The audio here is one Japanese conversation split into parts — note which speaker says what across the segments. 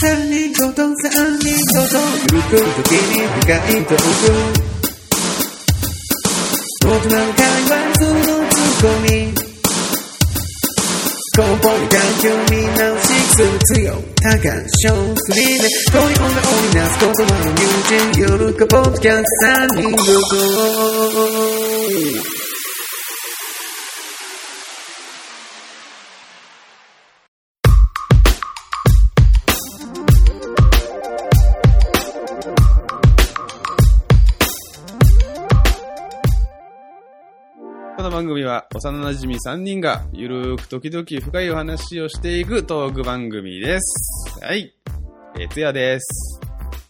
Speaker 1: 三人ごと三人ごとゆく時に深いトーク僕なんかはそのツッコミ根本環境見直しする強多感症フリーで恋女を織りなす言葉の友人夜かポッドキャスト三人ごと
Speaker 2: この番組は幼馴染3人がゆるーく時々深いお話をしていくトーク番組です。はい。えー、つやです。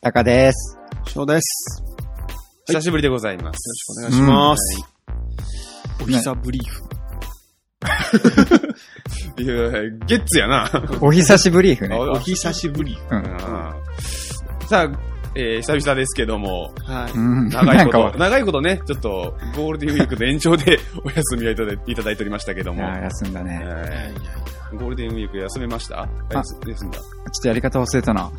Speaker 3: タカです。
Speaker 4: そうです。
Speaker 2: 久しぶりでございます。
Speaker 4: よろしくお願いします。お
Speaker 3: ひ
Speaker 4: 膝ブリーフ。
Speaker 2: いやーゲッツやな。
Speaker 3: お久しぶりーふね。
Speaker 2: お
Speaker 4: お久しぶり。
Speaker 3: うん。
Speaker 2: さあ、えー、久々ですけども、
Speaker 4: はい。
Speaker 3: うん。
Speaker 2: 長いこ
Speaker 3: なん
Speaker 2: と、
Speaker 3: か
Speaker 2: 長いことね、ちょっと、ゴールデンウィークの延長で お休みをいただいいただいておりましたけども。
Speaker 3: あー休んだね。
Speaker 2: えーゴールデンウィーク休めました休んだ。
Speaker 3: ちょっとやり方忘れたな。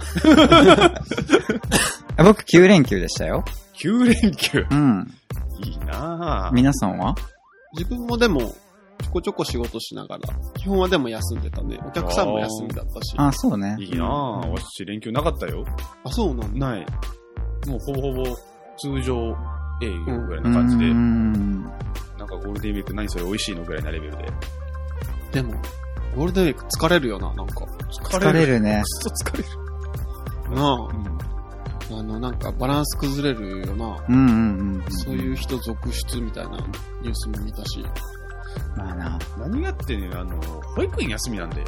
Speaker 3: 僕、9連休でしたよ。
Speaker 2: 9連休。
Speaker 3: うん。
Speaker 2: いいなぁ。
Speaker 3: 皆さんは
Speaker 4: 自分もでも、ちょこちょこ仕事しながら、基本はでも休んでたね。お客さんも休みだったし。あ
Speaker 3: あ、そうね。
Speaker 2: いいなぁ。わし、連休なかったよ。
Speaker 4: そうなんだ。
Speaker 2: ない。もうほぼほぼ通常営業ぐらいな感じで、
Speaker 3: うー
Speaker 2: なん
Speaker 3: ん。
Speaker 2: かゴールデンウィーク何それ美味しいのぐらいなレベルで。
Speaker 4: でも、ゴールデンウィーク疲れるよな、なんか。
Speaker 2: 疲
Speaker 3: 疲れ
Speaker 2: る。
Speaker 3: るね
Speaker 2: く。っそ疲れる。
Speaker 4: な
Speaker 2: うん
Speaker 4: あ、あの、なんかバランス崩れるよな。
Speaker 3: うんうんうん。
Speaker 4: そういう人続出みたいなニュースも見たし。
Speaker 3: まあな。
Speaker 2: 何がってね、あの、保育園休みなんで。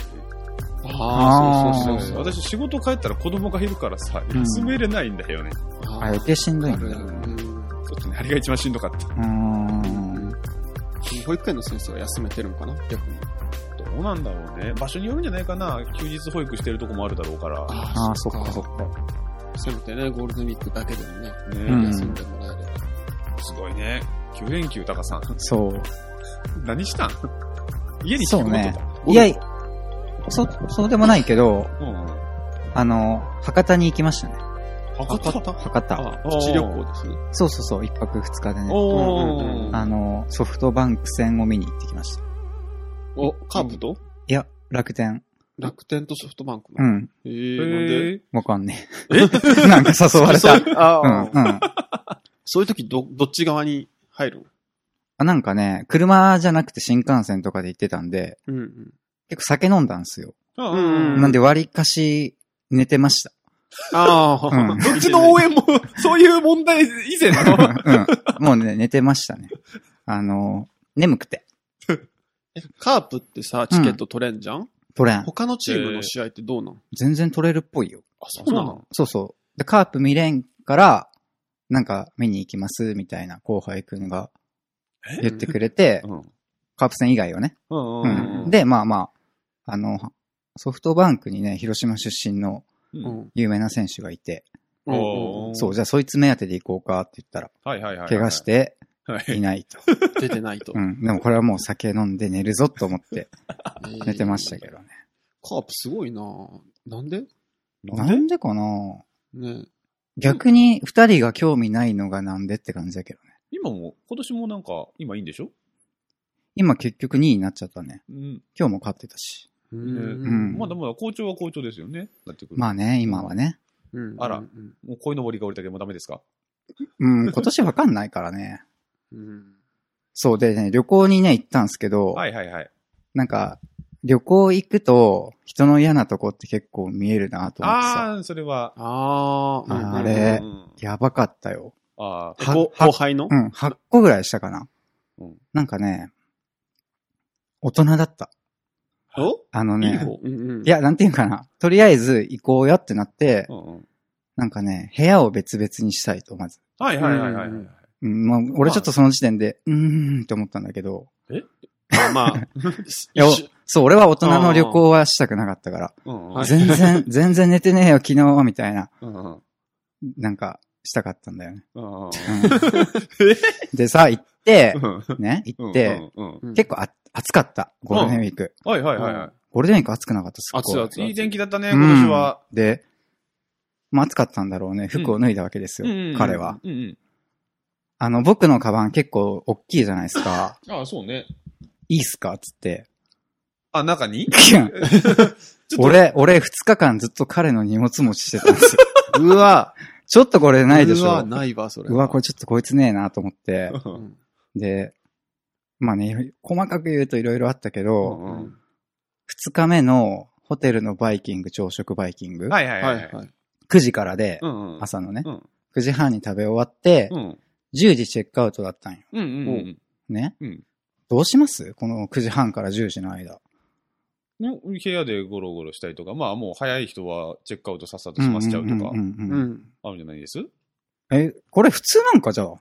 Speaker 4: ああ、
Speaker 3: ー
Speaker 4: そうそうそうそう。
Speaker 2: 私仕事帰ったら子供がいるからさ、
Speaker 3: ん
Speaker 2: 休めれないんだよね。
Speaker 3: あ、
Speaker 4: あ
Speaker 3: 余計しんどい
Speaker 4: あ
Speaker 3: ん
Speaker 4: る
Speaker 3: だ。
Speaker 4: よ
Speaker 3: う
Speaker 4: うん
Speaker 2: ちょっとね、あれが一番しんどかった。
Speaker 3: ーん。
Speaker 4: 保育園の先生は休めてるのかな逆に。
Speaker 2: どうなんだろうね。場所によるんじゃないかな。休日保育してるとこもあるだろうから。
Speaker 3: ああ、そっかそっか。
Speaker 4: せめてね、ゴールデンウィークだけでもね、
Speaker 2: ね、
Speaker 3: うん
Speaker 4: 休んでもらえれば。
Speaker 2: すごいね。9連休、高さん。
Speaker 3: そう。
Speaker 2: 何したん家に引きこもってた。
Speaker 3: いやい、そ、そうでもないけど、
Speaker 2: うん。
Speaker 3: あの、博多に行きましたね。
Speaker 2: 博多
Speaker 3: 博多。
Speaker 4: あ、プチ旅行ですね。
Speaker 3: そうそうそう、一泊二日でね。
Speaker 2: おー。
Speaker 4: うんうんうん
Speaker 3: あの、ソフトバンク戦を見に行ってきました。い
Speaker 4: お、カープと
Speaker 3: や、楽天。
Speaker 4: 楽天とソフトバンク
Speaker 3: う
Speaker 4: の。
Speaker 3: ん。
Speaker 2: え
Speaker 4: えー、なんで
Speaker 2: ー、
Speaker 3: わかんねえ。 なんか誘われ
Speaker 4: そ
Speaker 3: た。
Speaker 4: うあ
Speaker 3: うん、
Speaker 4: ー
Speaker 3: うん。
Speaker 4: そういう時ど、どっち側に入る
Speaker 3: あなんかね、車じゃなくて新幹線とかで行ってたんで、
Speaker 4: のうんうん。
Speaker 3: 結構酒飲んだんすよ。
Speaker 2: うん
Speaker 4: うん
Speaker 3: なんで割かし寝てました。
Speaker 4: ああ、
Speaker 3: うん
Speaker 2: どっちの応援も、 そういう問題以前
Speaker 3: う
Speaker 2: の。
Speaker 3: ん。もうね、寝てましたね。あの、眠くて。
Speaker 4: カープってさ、チケット取れんじゃん、
Speaker 3: 取れん。
Speaker 4: 他のチームの試合ってどうなん、
Speaker 3: 全然取れるっぽいよ。
Speaker 4: あ、そうなの
Speaker 3: そうそう。で、カープ見れんから、なんか見に行きます、みたいな後輩くんが言ってくれて、カープ戦以外をね。
Speaker 2: うんう
Speaker 3: うん
Speaker 2: うんん。
Speaker 3: で、まあまあ、あの、ソフトバンクにね、広島出身の
Speaker 2: うん
Speaker 4: うん。
Speaker 3: 有名な選手がいて、
Speaker 4: うんうん
Speaker 2: おー
Speaker 3: そう、じゃあそいつ目当てで行こうかって言ったら、
Speaker 2: はいはいはいはい。
Speaker 3: 怪我して
Speaker 2: はい。
Speaker 3: いな いと。
Speaker 4: 出てないと
Speaker 3: う。ん。でもこれはもう酒飲んで寝るぞと思って寝てましたけ
Speaker 4: ど。
Speaker 3: どね。
Speaker 4: カープすごいななんで
Speaker 2: な
Speaker 3: なんんでかな
Speaker 4: ね
Speaker 3: 逆に二人が興味ないのがなんでって感じだけどね。
Speaker 2: 今も、今年もなんか、今いいんでしょ
Speaker 3: 今結局2位になっちゃったね。
Speaker 2: うん。
Speaker 3: 今日も勝ってたし。
Speaker 4: う
Speaker 3: うん
Speaker 2: まだまだ好調は好調ですよね。なってくる。
Speaker 3: まあね、今はね。
Speaker 4: うん
Speaker 2: あら
Speaker 4: うん
Speaker 2: もう鯉のぼりが降りたけどもうダメですか
Speaker 3: うん、今年わかんないからね。
Speaker 4: うん。
Speaker 3: そうでね、旅行にね、行ったんですけど、
Speaker 2: はいはいはい。
Speaker 3: なんか、旅行行くと、人の嫌なとこって結構見えるなと思ってさ。
Speaker 2: あー、それは。
Speaker 4: あーうんうんうん
Speaker 3: あれ
Speaker 2: うん
Speaker 3: やばかったよ。
Speaker 2: あ
Speaker 4: え
Speaker 2: ー
Speaker 4: 後後輩の
Speaker 3: うん、8個ぐらいしたかな。
Speaker 2: うん
Speaker 3: なんかね、大人だった。
Speaker 4: お
Speaker 3: あの
Speaker 4: いい
Speaker 3: ね、
Speaker 4: 方うんうん
Speaker 3: いや、なんていうんかな。とりあえず行こうよってなって、
Speaker 2: うんうん
Speaker 3: なんかね、部屋を別々にしたいと、まず。
Speaker 2: はいはいはいはい。
Speaker 4: うん
Speaker 3: うん、まあ、俺ちょっとその時点で、うーんって思ったんだけど、
Speaker 4: まあまあ、
Speaker 3: いや
Speaker 4: 一緒
Speaker 3: そう、俺は大人の旅行はしたくなかったか
Speaker 2: うんうん
Speaker 4: は
Speaker 3: ら、
Speaker 4: い
Speaker 3: 全然、 全然寝てねえよ、昨日は、みたいな、
Speaker 2: うんうん
Speaker 3: なんか、したかったんだよね。
Speaker 2: うんうん
Speaker 3: うんでさ、行って、ね、行って、
Speaker 2: うんうんうん
Speaker 3: 結構あ暑かった、ゴールデンウィーク。
Speaker 2: はいはいはいは
Speaker 3: ゴールデンウィーク暑くなかった、すっごい。
Speaker 4: 暑い暑
Speaker 2: い。いい天気だったね、
Speaker 3: うん
Speaker 2: 今年は。
Speaker 3: で、まあ暑かったんだろうね。服を脱いだわけですよ。
Speaker 2: うん
Speaker 3: 彼は。。
Speaker 2: うんうん。
Speaker 3: あの、僕のカバン結構大きいじゃないです か。
Speaker 2: ああ、そうね。
Speaker 3: いいっすかつって。
Speaker 2: あ、中 に
Speaker 3: いや
Speaker 2: ちょっと
Speaker 3: 俺、俺2日間ずっと彼の荷物持ちしてたん ですよ。うわ、ちょっとこれないでし
Speaker 4: うわ、
Speaker 3: ょ。
Speaker 4: ないわ、それは。
Speaker 3: うわ、これちょっとこいつねえなと思って。
Speaker 4: う
Speaker 2: うん
Speaker 4: ん
Speaker 3: で、まあね、細かく言うといろいろあったけど、
Speaker 2: うんうん
Speaker 3: 2日目のホテルのバイキング、朝食バイキング、
Speaker 2: はいはい
Speaker 4: は
Speaker 2: はいい。
Speaker 4: はい。
Speaker 3: 9時からで、
Speaker 2: うんうん。
Speaker 3: 朝のね、
Speaker 2: うん
Speaker 3: 9時半に食べ終わって、
Speaker 2: うん。
Speaker 3: 10時チェックアウトだったんよ。
Speaker 2: うんうんうん。
Speaker 3: ね。
Speaker 2: うん
Speaker 3: どうしますこの9時半から10時の間。
Speaker 2: の部屋でゴロゴロしたりとか、まあもう早い人はチェックアウトさっさと済ませちゃうとか
Speaker 3: ん、んうんうん
Speaker 4: う
Speaker 3: うん
Speaker 4: ん。
Speaker 2: あるんじゃないです
Speaker 3: え、これ普通なんかじゃあ、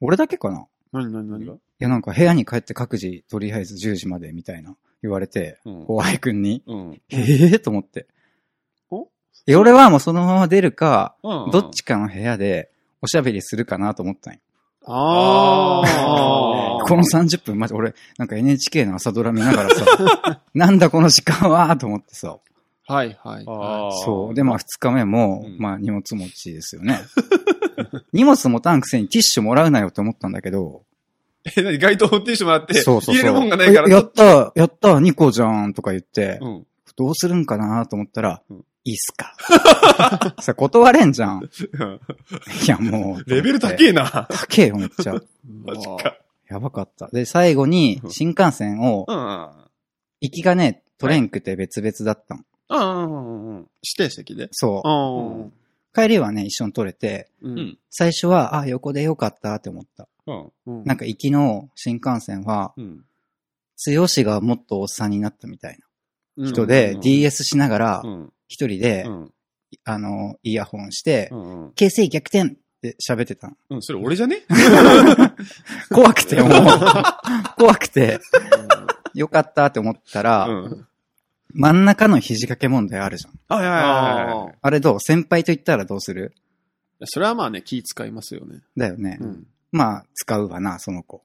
Speaker 3: 俺だけかない
Speaker 4: 何何何
Speaker 2: 何が
Speaker 3: やなんか部屋に帰って各自とりあえず10時までみたいな言われて、
Speaker 2: うん。
Speaker 3: 後輩くんに、
Speaker 2: うん。
Speaker 3: へえーと思って。
Speaker 4: お
Speaker 3: え俺はもうそのまま出るか、
Speaker 2: うん
Speaker 3: どっちかの部屋でおしゃべりするかなと思ったんよ。
Speaker 4: あ
Speaker 2: あ
Speaker 4: あ。
Speaker 3: この30分、マジ俺、なんか NHK の朝ドラ見ながら さ、なんだこの時間はと思ってさ。
Speaker 4: はいはい。
Speaker 2: ああ。
Speaker 3: そう。で、まあ2日目も、
Speaker 2: うん
Speaker 3: まあ荷物持ちですよね。 荷物持たんくせにティッシュもらうなよって思ったんだけど。
Speaker 2: え、なに、街灯を持ってきてもらって、
Speaker 3: そうそうそう。
Speaker 2: 入れるもんがないから。
Speaker 3: えやったやった !2 個じゃんとか言って、
Speaker 2: うん。
Speaker 3: どうするんかなと思ったら、
Speaker 2: うん
Speaker 3: いいっすか。 さ、断れんじゃん。いやもう。
Speaker 2: レベル高
Speaker 3: え。
Speaker 2: えな。
Speaker 3: 高えよ、めっちゃ。
Speaker 2: マジ
Speaker 4: うわ。
Speaker 2: か。
Speaker 3: やばかった。で、最後に
Speaker 2: う、ん
Speaker 3: 新幹線を、
Speaker 2: うん。あ
Speaker 3: 行きがね、取れんくて別々だったの。
Speaker 2: あ、うんうん。
Speaker 4: 指定席で。
Speaker 3: そ
Speaker 4: ああ。
Speaker 2: うん
Speaker 3: う。帰りはね、一緒に取れて、
Speaker 4: う
Speaker 2: うん
Speaker 4: ん。
Speaker 3: 最初は、あ、横でよかったって思った。
Speaker 2: うん。
Speaker 4: うん
Speaker 3: なんか行きの新幹線は、
Speaker 2: うん。
Speaker 3: 強しがもっとおっさんになったみたいな人
Speaker 2: うんうん
Speaker 3: で、
Speaker 2: うん
Speaker 3: DS しながら
Speaker 2: う、ん。
Speaker 3: 一人で
Speaker 2: う、ん。
Speaker 3: あの、イヤホンして
Speaker 2: う、ん。
Speaker 3: 形勢逆転って喋ってたの。
Speaker 2: うん。それ俺じゃね
Speaker 3: 怖くて、もう、 怖くて、よかったって思った
Speaker 2: う
Speaker 3: ら、
Speaker 2: ん。
Speaker 3: 真ん中の肘掛け問題あるじゃん。
Speaker 2: はいはいはい
Speaker 4: あ
Speaker 2: は
Speaker 4: あ
Speaker 2: い。。
Speaker 3: あれどう先輩と言ったらどうする
Speaker 4: それはまあね、気使いますよね。
Speaker 3: だよね。
Speaker 4: うん。
Speaker 3: まあ、使うわな、その子。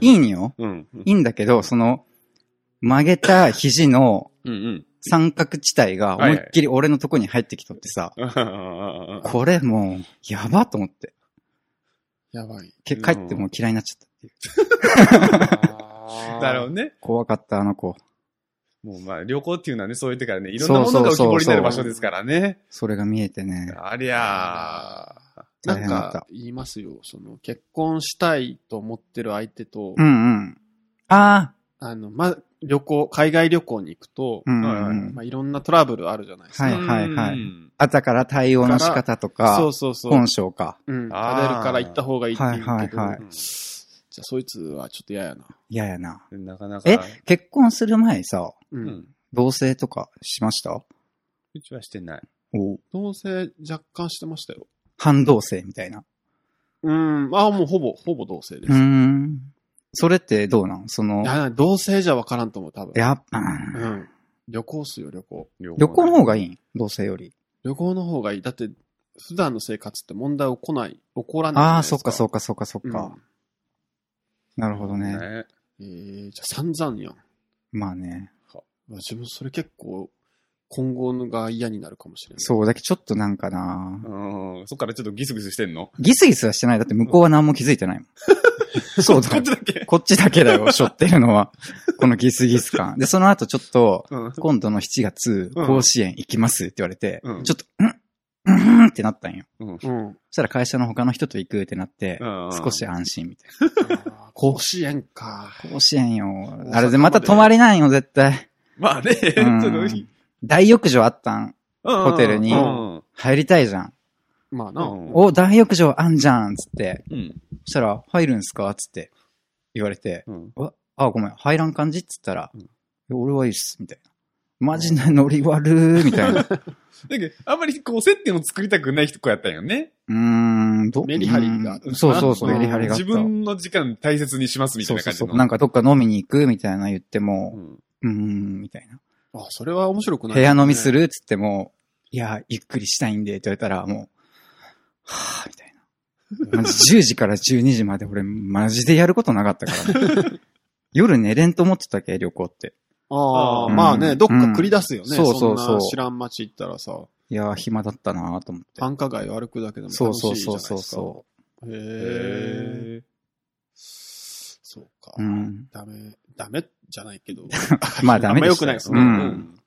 Speaker 3: いいんよ。
Speaker 2: うん。
Speaker 3: いいんだけど、その、曲げた肘の
Speaker 2: うんうん。
Speaker 3: 三角地帯が思いっきり俺のとこに入ってきとってさ、
Speaker 2: あ
Speaker 3: これもう、やばと思って。
Speaker 4: やばい。
Speaker 3: け
Speaker 2: うん
Speaker 3: 帰ってもう嫌いになっちゃったっていう。
Speaker 2: あなるほどね。
Speaker 3: 怖かった、あの子。
Speaker 2: もうまあ旅行っていうのはね、そう言ってからね、いろんなものが浮き彫りになる場所ですからね。
Speaker 3: それが見えてね。
Speaker 2: ありゃー。
Speaker 4: な
Speaker 3: 大
Speaker 4: ん
Speaker 3: 変だった
Speaker 4: か、言いますよ。その、結婚したいと思ってる相手と、
Speaker 3: うんうん。ああ、
Speaker 4: あの、ま、旅行、海外旅行に行くと
Speaker 3: う、ん、うん
Speaker 2: はい
Speaker 3: うん。
Speaker 4: まあ、いろんなトラブルあるじゃないですか。
Speaker 3: はいはいは
Speaker 2: う
Speaker 3: い。
Speaker 2: ん
Speaker 3: あ、だから対応の仕方とか、
Speaker 4: そうそうそう。うん。
Speaker 3: 本性か。
Speaker 4: 食べる
Speaker 2: あー
Speaker 4: から行った方がいいって言うけど、
Speaker 3: はいはいはい
Speaker 2: うん
Speaker 4: じゃあ、そいつはちょっと嫌やな。
Speaker 3: 嫌やな。
Speaker 2: なかなか。
Speaker 3: え、結婚する前さ、
Speaker 4: う。
Speaker 2: うんん。
Speaker 3: 同棲とかしました
Speaker 2: うちはしてない。
Speaker 3: お
Speaker 4: 同性若干してましたよ。
Speaker 3: 半同棲みたいな。
Speaker 4: うん。ああ、もうほぼ、ほぼ同性で
Speaker 3: う
Speaker 4: す。
Speaker 3: ー
Speaker 4: い
Speaker 3: ん。それってどうなんその、
Speaker 4: や、同性じゃわからんと思う、多分。
Speaker 3: やっぱ、
Speaker 4: うん。旅行っすよ、旅行。
Speaker 2: 旅
Speaker 3: 旅行の方がいいん同棲より。
Speaker 4: 旅行の方がいい。だって、普段の生活って問題起こない、起こらないじゃ
Speaker 3: あ
Speaker 4: ない
Speaker 3: あ、
Speaker 4: です
Speaker 3: そっかそっかそっかそっ
Speaker 4: うん
Speaker 3: か。なるほどね。
Speaker 2: ね。
Speaker 4: えー、じゃあ散々やん。
Speaker 3: まあね。
Speaker 4: うわ自分それ結構、今後のが嫌になるかもしれない。
Speaker 3: そう、だけどちょっとなんかな
Speaker 2: うん。そっからちょっとギスギスしてんの
Speaker 3: ギスギスはしてない。だって向こうは何も気づいて ないもん。そうだ
Speaker 2: こっ
Speaker 3: よ
Speaker 2: ち。だっけ
Speaker 3: こっちだけだよ、背負ってるのは。このギスギス感。で、その後ちょっと、
Speaker 2: うん。
Speaker 3: 今度の7月、
Speaker 2: うん
Speaker 3: 甲子園行きますって言われて、
Speaker 2: うん
Speaker 3: ちょっと、んうんってなったんよ。
Speaker 2: うん。
Speaker 4: うん。
Speaker 3: そしたら会社の他の人と行くってなって、少し
Speaker 2: あ
Speaker 3: 安心みたい
Speaker 4: あー甲子園か。
Speaker 3: な。甲子園よ
Speaker 4: 大阪。
Speaker 3: あれでまた泊まれないよ、絶対。
Speaker 2: まあね、ち
Speaker 3: う
Speaker 2: ょ
Speaker 3: ん
Speaker 2: っとうん
Speaker 3: 大浴場あったん。
Speaker 2: ホ
Speaker 3: ホテルに
Speaker 2: うん。
Speaker 3: 入りたいじゃん。
Speaker 4: まあな。
Speaker 2: うん
Speaker 3: お、大浴場あんじゃんつって。
Speaker 2: うん。
Speaker 3: そしたら、入るんすかつって言われて、
Speaker 2: うん。
Speaker 3: あ、ごめん、入らん感じっつったら、
Speaker 2: うん
Speaker 3: いや俺はいいっす、みたいな。マジなノリ悪ー、みた いな。う
Speaker 2: だけど、あんまりこう、接点を作りたくない人子やったんよね。
Speaker 3: ーん、ど
Speaker 4: メリハリが
Speaker 3: うんそうそうそう、
Speaker 4: あ
Speaker 3: メリハリがあっ
Speaker 2: 自
Speaker 3: た。
Speaker 2: 分の時間大切にしますみたいな感じ
Speaker 3: そうそうそ
Speaker 2: の。
Speaker 3: う。なんかどっか飲みに行くみたいな言って
Speaker 2: う
Speaker 3: も、
Speaker 2: ん
Speaker 3: うーん、みたいな。
Speaker 4: あ、それは面白くない、
Speaker 3: 部屋飲みす
Speaker 4: る。
Speaker 3: るっつっても、いや、ゆっくりしたいんで、って言われたら、もう、はぁ、みたいな。マジ10時から12時まで俺、マジでやることなかったから、ね。 夜寝れんと思ってたけ、旅行って。
Speaker 4: ああ、
Speaker 2: うん
Speaker 4: まあね、どっか繰り出すよね。
Speaker 3: そうそうそうん
Speaker 4: な知らん街行ったらさ。
Speaker 3: いやー、暇だったなーと思って。
Speaker 4: 繁華街を歩くだけでも
Speaker 3: そう
Speaker 4: 楽し
Speaker 3: そ
Speaker 4: いうじゃ
Speaker 3: そ
Speaker 4: な
Speaker 3: うそうそ
Speaker 4: いですか。へ
Speaker 2: へ
Speaker 4: え。
Speaker 2: ー
Speaker 4: そうか。
Speaker 3: う。うん。
Speaker 4: ダメ、ダメじゃないけど。
Speaker 3: まあダメで
Speaker 4: あんま良
Speaker 3: し
Speaker 4: く
Speaker 3: た
Speaker 4: ない
Speaker 3: よ
Speaker 4: です
Speaker 3: う
Speaker 4: ね。
Speaker 3: ん。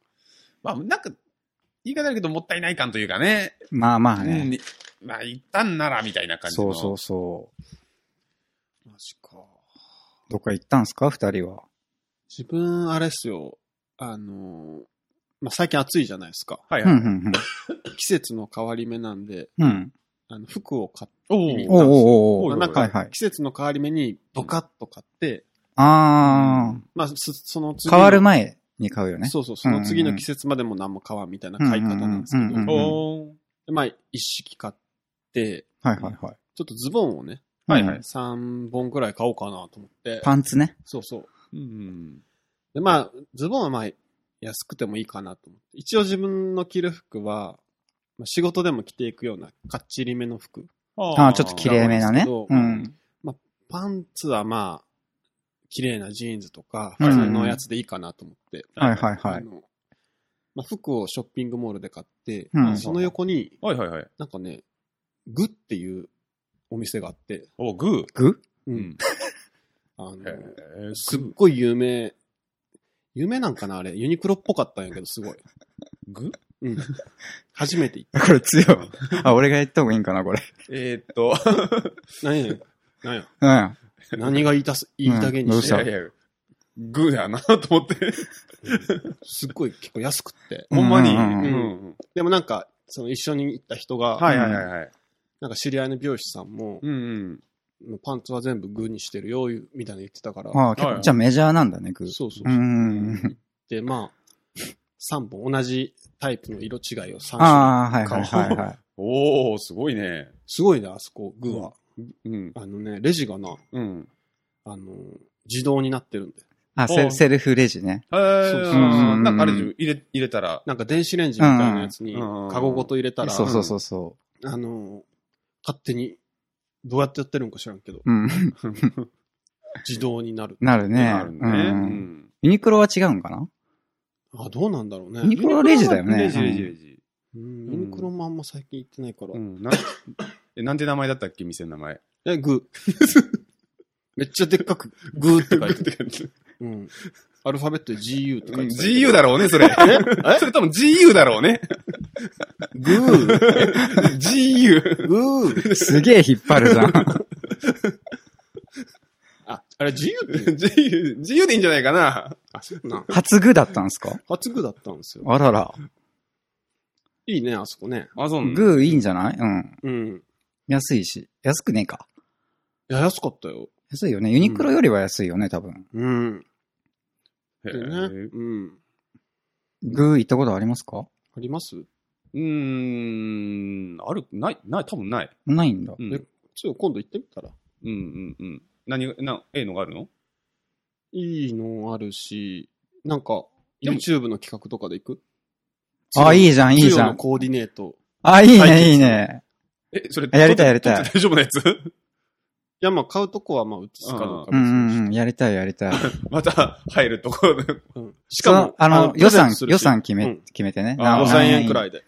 Speaker 2: まあ、なんか、言い方だけどもったいない感というかね。
Speaker 3: まあまあ
Speaker 2: う
Speaker 3: ね。
Speaker 2: ん。まあ、一旦なら、みたいな感じ
Speaker 3: そ
Speaker 2: の。
Speaker 3: うそうそう。
Speaker 4: マジか。
Speaker 3: どっか行ったんすか二人は。
Speaker 4: 自分、あれっすよ。あのー、まあ、最近暑いじゃないですか。
Speaker 2: はい
Speaker 3: うん、
Speaker 2: は
Speaker 3: う
Speaker 2: い。
Speaker 3: ん、
Speaker 4: 季節の変わり目なんで、
Speaker 3: うん。うん。
Speaker 4: あの、服を買っ
Speaker 2: お
Speaker 4: 意味
Speaker 3: おう
Speaker 4: が
Speaker 2: お。
Speaker 3: おうおうお
Speaker 4: ま
Speaker 3: う
Speaker 4: あなん
Speaker 3: はい
Speaker 4: か
Speaker 3: はい、。
Speaker 4: 季節の変わり目に、ドカッと買って、
Speaker 3: あ
Speaker 4: まあ、そその
Speaker 3: ー。
Speaker 4: 次の
Speaker 3: 変わる前に買うよね。
Speaker 4: そうそう、その次の季節までも何も買わんみたいな買い方なんですけ
Speaker 3: うんうんうんうん
Speaker 4: ど、
Speaker 2: おー
Speaker 4: でまあ、一式買って、
Speaker 3: はいはいはい。
Speaker 4: ちょっとズボンをね、
Speaker 2: はいはい
Speaker 4: 3本くらい買おうかなと思って、
Speaker 3: パンツね。
Speaker 4: そうそう。
Speaker 2: うん。
Speaker 4: で、まあ、ズボンはまあ、安くてもいいかなと思って。一応自分の着る服は、まあ、仕事でも着ていくような、かっちりめの服。
Speaker 3: あーちょっと綺麗めなね
Speaker 4: が多。
Speaker 3: う
Speaker 4: いん
Speaker 3: ん。
Speaker 4: パンツはまあ、綺麗なジーンズとか、
Speaker 3: うん
Speaker 4: 普通のやつでいいかなと思って。
Speaker 3: はいはいは
Speaker 4: あ
Speaker 3: い。
Speaker 4: のまあ、服をショッピングモールで買って、
Speaker 3: うん
Speaker 4: その横に、
Speaker 2: はいはいはい。
Speaker 4: なんかね、グっていうお店があって、
Speaker 2: お、グー。
Speaker 3: 具
Speaker 4: う。。
Speaker 2: うん
Speaker 4: あの
Speaker 2: へ、ー
Speaker 4: すっごい有名、有名なんかなあれ、ユニクロっぽかったんやけど、すごい。
Speaker 2: グー
Speaker 4: うん。初めて行っ
Speaker 3: これ強い。あ、俺が言った方がいいんかな、これ。
Speaker 2: えーっと、
Speaker 4: た。何や、何や、
Speaker 3: うん。
Speaker 4: 何が言いたす、言いたげにし
Speaker 3: どう
Speaker 4: て、
Speaker 3: し
Speaker 2: いやいや、グーだなと思って。
Speaker 4: すっごい結構安くって。
Speaker 2: ほんまに。
Speaker 3: う
Speaker 2: うん
Speaker 3: うんうん
Speaker 2: ん。
Speaker 4: でもなんか、その一緒に行った人が、
Speaker 2: はいはいはいはい。
Speaker 4: なんか知り合いの美容師さんも、
Speaker 2: うんうん。
Speaker 4: パンツは全部グーにしてるよ、みたいなの言ってたから、
Speaker 3: ああ、結
Speaker 2: は
Speaker 3: 構、
Speaker 2: い
Speaker 3: じゃあメジャーなんだね、グー。
Speaker 4: そうそう
Speaker 3: う
Speaker 4: そう。
Speaker 3: ん。
Speaker 4: で、まあ、3本、同じタイプの色違いを3種類。
Speaker 3: ああ、はいはいはいはい。
Speaker 2: おー、すごいね。
Speaker 4: すごいね、あそこ、グーは。
Speaker 2: うん。
Speaker 4: あのね、レジがな、
Speaker 2: うん。
Speaker 4: あの、自動になってるんで。
Speaker 3: あ、
Speaker 2: お
Speaker 3: セ
Speaker 2: う
Speaker 3: セルフレジね。
Speaker 2: へー
Speaker 4: そうそう
Speaker 3: そう
Speaker 2: なんかあれでしょ入れ、入れたら。
Speaker 4: なんか電子レンジみたいなやつに、
Speaker 2: うんうんうん
Speaker 4: カゴごと入れたら、
Speaker 3: そうそうそうそ
Speaker 4: あの、勝手に、どうやってやってるんか知らんけど、
Speaker 3: う。うん。
Speaker 4: 自動になる。
Speaker 3: なるね。
Speaker 2: なるね。
Speaker 3: う
Speaker 2: うんん
Speaker 3: ユニクロは違うんかな
Speaker 4: あ、どうなんだろうね。
Speaker 3: ユニクロはレジだよね
Speaker 2: レジレジレジ。
Speaker 4: うんユニクロもあんま最近行ってないから
Speaker 2: う。ん。なんえ、なんて名前だったっけ店の名前。
Speaker 4: え、グー。めっちゃでっかく、グーって書いてる。うん。アルファベットで GU って書いてた
Speaker 2: GU だろうね、それ。それ多分 GU だろうね。
Speaker 4: グー
Speaker 2: GU。
Speaker 4: グー
Speaker 3: すげえ引っ張るじゃん。
Speaker 4: あ、あれ GU って言う
Speaker 2: GU、GU でいいんじゃないかな。
Speaker 4: あ、そうなん。
Speaker 3: 初具だったんですか
Speaker 4: 初グーだったんですよ。
Speaker 3: あらら。
Speaker 4: いいね、あそこね。
Speaker 2: あ、そうなんだ
Speaker 3: グーいいんじゃないうん。
Speaker 4: うん。
Speaker 3: 安いし。安くねえか。
Speaker 4: いや、安かったよ。
Speaker 3: 安いよね。ユニクロよりは安いよね、多分。
Speaker 4: うん。
Speaker 2: へ
Speaker 4: でね、
Speaker 2: ー
Speaker 4: うん。
Speaker 3: グー行ったことありますか
Speaker 4: あります
Speaker 2: うーん、ある、ない、ない、多分ない。
Speaker 3: ないんだ。
Speaker 2: うん、
Speaker 4: ちょっと今度行ってみたら。
Speaker 2: うん、うん、うん。何が、な、ええのがあるの
Speaker 4: いいのあるし、なんか、
Speaker 2: でも
Speaker 4: YouTube の企画とかで行く
Speaker 3: あ、いいじゃん、いいじ
Speaker 4: 強
Speaker 3: ゃ
Speaker 4: の
Speaker 3: ん。
Speaker 4: コーディネート。
Speaker 3: あ、いい
Speaker 4: 最近
Speaker 3: ね、いいね。
Speaker 2: え、それ、
Speaker 3: やりたいやりたい
Speaker 2: 撮って大丈夫なやつ
Speaker 4: いや、まあ、買うとこは、まあ、映すかどう
Speaker 3: う
Speaker 4: か別
Speaker 3: ん
Speaker 4: に
Speaker 3: うんうん。やりたい、や りたい。
Speaker 2: また入るとこ。
Speaker 4: うんしか
Speaker 3: そ
Speaker 4: も
Speaker 3: の、あの、
Speaker 4: プレ
Speaker 3: 予
Speaker 4: ゼン
Speaker 3: 算
Speaker 4: ト、するし
Speaker 3: 予算決め、
Speaker 4: うん
Speaker 3: 決めてね。
Speaker 2: あ
Speaker 3: な
Speaker 4: 5000円くら
Speaker 3: い。
Speaker 4: いで。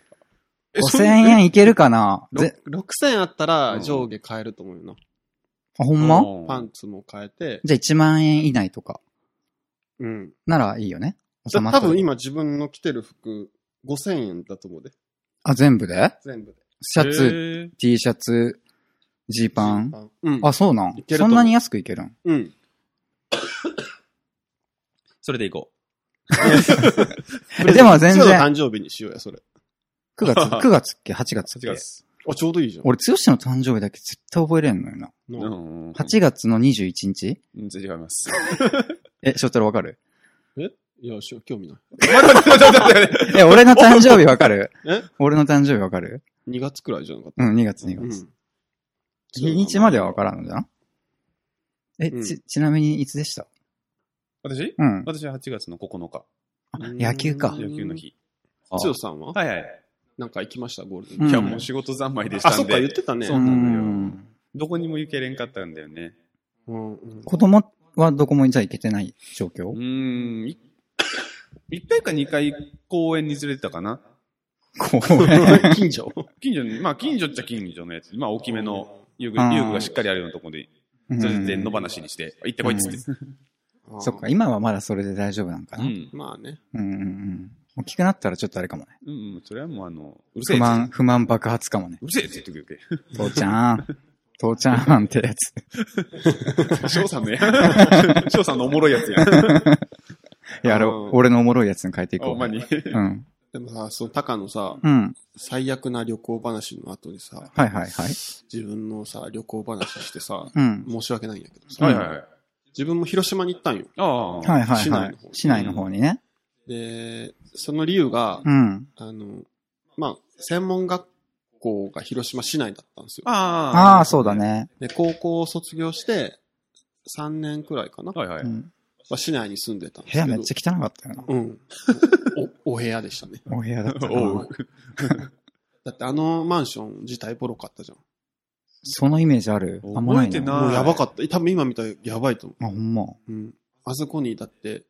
Speaker 3: 5000円いけるかな
Speaker 4: ろ
Speaker 3: ぜ、
Speaker 4: 6000円あった
Speaker 2: う
Speaker 4: ら
Speaker 2: ん
Speaker 4: 上下買えると思うよな。
Speaker 3: あ
Speaker 2: ほ
Speaker 3: ほんま
Speaker 4: パンツも買えて、
Speaker 3: じゃあ1万円以内とか。
Speaker 4: うん。
Speaker 3: ならいいよね。
Speaker 4: 多
Speaker 3: 収まってる
Speaker 4: 分。今自分の着てる服、5000円だと思うで。
Speaker 3: あ、全部で
Speaker 4: 全部で。
Speaker 3: シャツ、
Speaker 2: ツ。
Speaker 3: T シャツ、ジーパン。
Speaker 4: うん。
Speaker 3: あ、そうなん
Speaker 4: いけると
Speaker 3: そ
Speaker 4: 思うん
Speaker 3: なに安くいけるん
Speaker 4: うん。
Speaker 2: それでいこ
Speaker 3: えでも全
Speaker 4: 強の
Speaker 3: 然、
Speaker 4: 誕生日にしようや、それ。
Speaker 3: 9月、9月 っけ ?8 月
Speaker 2: う。
Speaker 3: っ
Speaker 2: 違うっ
Speaker 3: け
Speaker 2: す。
Speaker 4: あ、ちょうどいいじゃん。
Speaker 3: 俺、剛の誕生日だけ絶対覚えれんのよな。
Speaker 4: な
Speaker 2: うんうんうん。
Speaker 3: 8月の21日
Speaker 2: うん違います。
Speaker 3: え、翔太郎わか る
Speaker 4: いや、しょ興味ない。
Speaker 2: 待って待って待って待って。
Speaker 3: え、俺の誕生日わかる
Speaker 4: え
Speaker 3: 俺の誕生日わかる
Speaker 4: 2月くらいじゃなかった。
Speaker 3: うん、2月2
Speaker 4: うん
Speaker 3: 月。日にちまではわからんのじゃんえ、
Speaker 4: うん
Speaker 3: ち、ちなみにいつでした
Speaker 2: 私
Speaker 3: うん。
Speaker 2: 私は8月の9日。
Speaker 3: 野球か
Speaker 2: 野球の。日。
Speaker 3: あ
Speaker 4: つよさんは
Speaker 2: はいはい。
Speaker 4: なんか行きました、ゴールデンウィー
Speaker 3: うん
Speaker 4: ク。
Speaker 2: いや、もう仕事三昧でした
Speaker 4: あ、
Speaker 2: んで。
Speaker 4: そっか、言ってたね。
Speaker 2: そうなのよ
Speaker 3: うん
Speaker 2: どこにも行けれんかったんだよね。
Speaker 4: うんうん
Speaker 3: 子供はどこもじゃあ行けてない状況
Speaker 2: うーん、い一回か二回公園に連れてたかな。
Speaker 3: 公 園。
Speaker 4: 近所
Speaker 2: 近所に、まあ近所っちゃ近所のやつ。まあ大きめの遊具、
Speaker 3: あー
Speaker 2: 遊具がしっかりあるようなところで、
Speaker 3: うん
Speaker 2: それで野放しにして、行ってこいっつって。
Speaker 3: そっか、今はまだそれで大丈夫なんか
Speaker 2: う
Speaker 3: な。うん
Speaker 2: ん。
Speaker 4: まあね。
Speaker 3: うんうん。大きくなったらちょっとあれかもね。
Speaker 2: うんうん。それはもうあの、うるせえ
Speaker 3: 不
Speaker 2: っつっ
Speaker 3: 満、
Speaker 2: て。
Speaker 3: 不満爆発かもね。
Speaker 2: うるせえっつって言ってく
Speaker 3: 父ちゃ ん、父ちゃんってやつ。
Speaker 2: る。翔さんの や、翔さんのおもろいやつや。
Speaker 3: いや、あれ、
Speaker 4: うん
Speaker 3: 俺のおもろいやつに変えてい
Speaker 2: あ
Speaker 3: こう。
Speaker 2: ほんまに。
Speaker 3: うん。
Speaker 4: でもさ、その高のさ、
Speaker 3: うん。
Speaker 4: 最悪な旅行話の後にさ、
Speaker 3: はいはいはい。
Speaker 4: 自分のさ、旅行話してさ、
Speaker 3: うん。
Speaker 4: 申し訳ないんやけどさ、
Speaker 2: はいはいはい。
Speaker 4: 自分も広島に行ったんよ。
Speaker 2: ああ。
Speaker 3: はいはい
Speaker 4: 市
Speaker 3: は
Speaker 4: 内
Speaker 3: い
Speaker 4: の方。
Speaker 3: 市内の方にね。
Speaker 4: で、その理由が、
Speaker 3: うん。
Speaker 4: あの、まあ、専門学校が広島市内だったんですよ。
Speaker 2: あ
Speaker 3: ああ、そうだ。ね。。
Speaker 4: で、高校を卒業して、3年くらいかな、
Speaker 2: はいはいう
Speaker 3: ん
Speaker 4: まあ市内に住んでたんです
Speaker 3: 部
Speaker 4: けど。
Speaker 3: 屋めっちゃ汚かったよな。
Speaker 4: うん。お、お部屋でしたね。
Speaker 3: お部屋だったな
Speaker 2: おう。
Speaker 4: だってあのマンション自体ボロかったじゃん。
Speaker 3: そのイメージあるあんまない
Speaker 2: 覚えて
Speaker 3: な。
Speaker 2: ない
Speaker 4: もうやばかった。多分今見たらやばいと思
Speaker 3: あ、ほんま。
Speaker 4: う。うん。あそこにだって、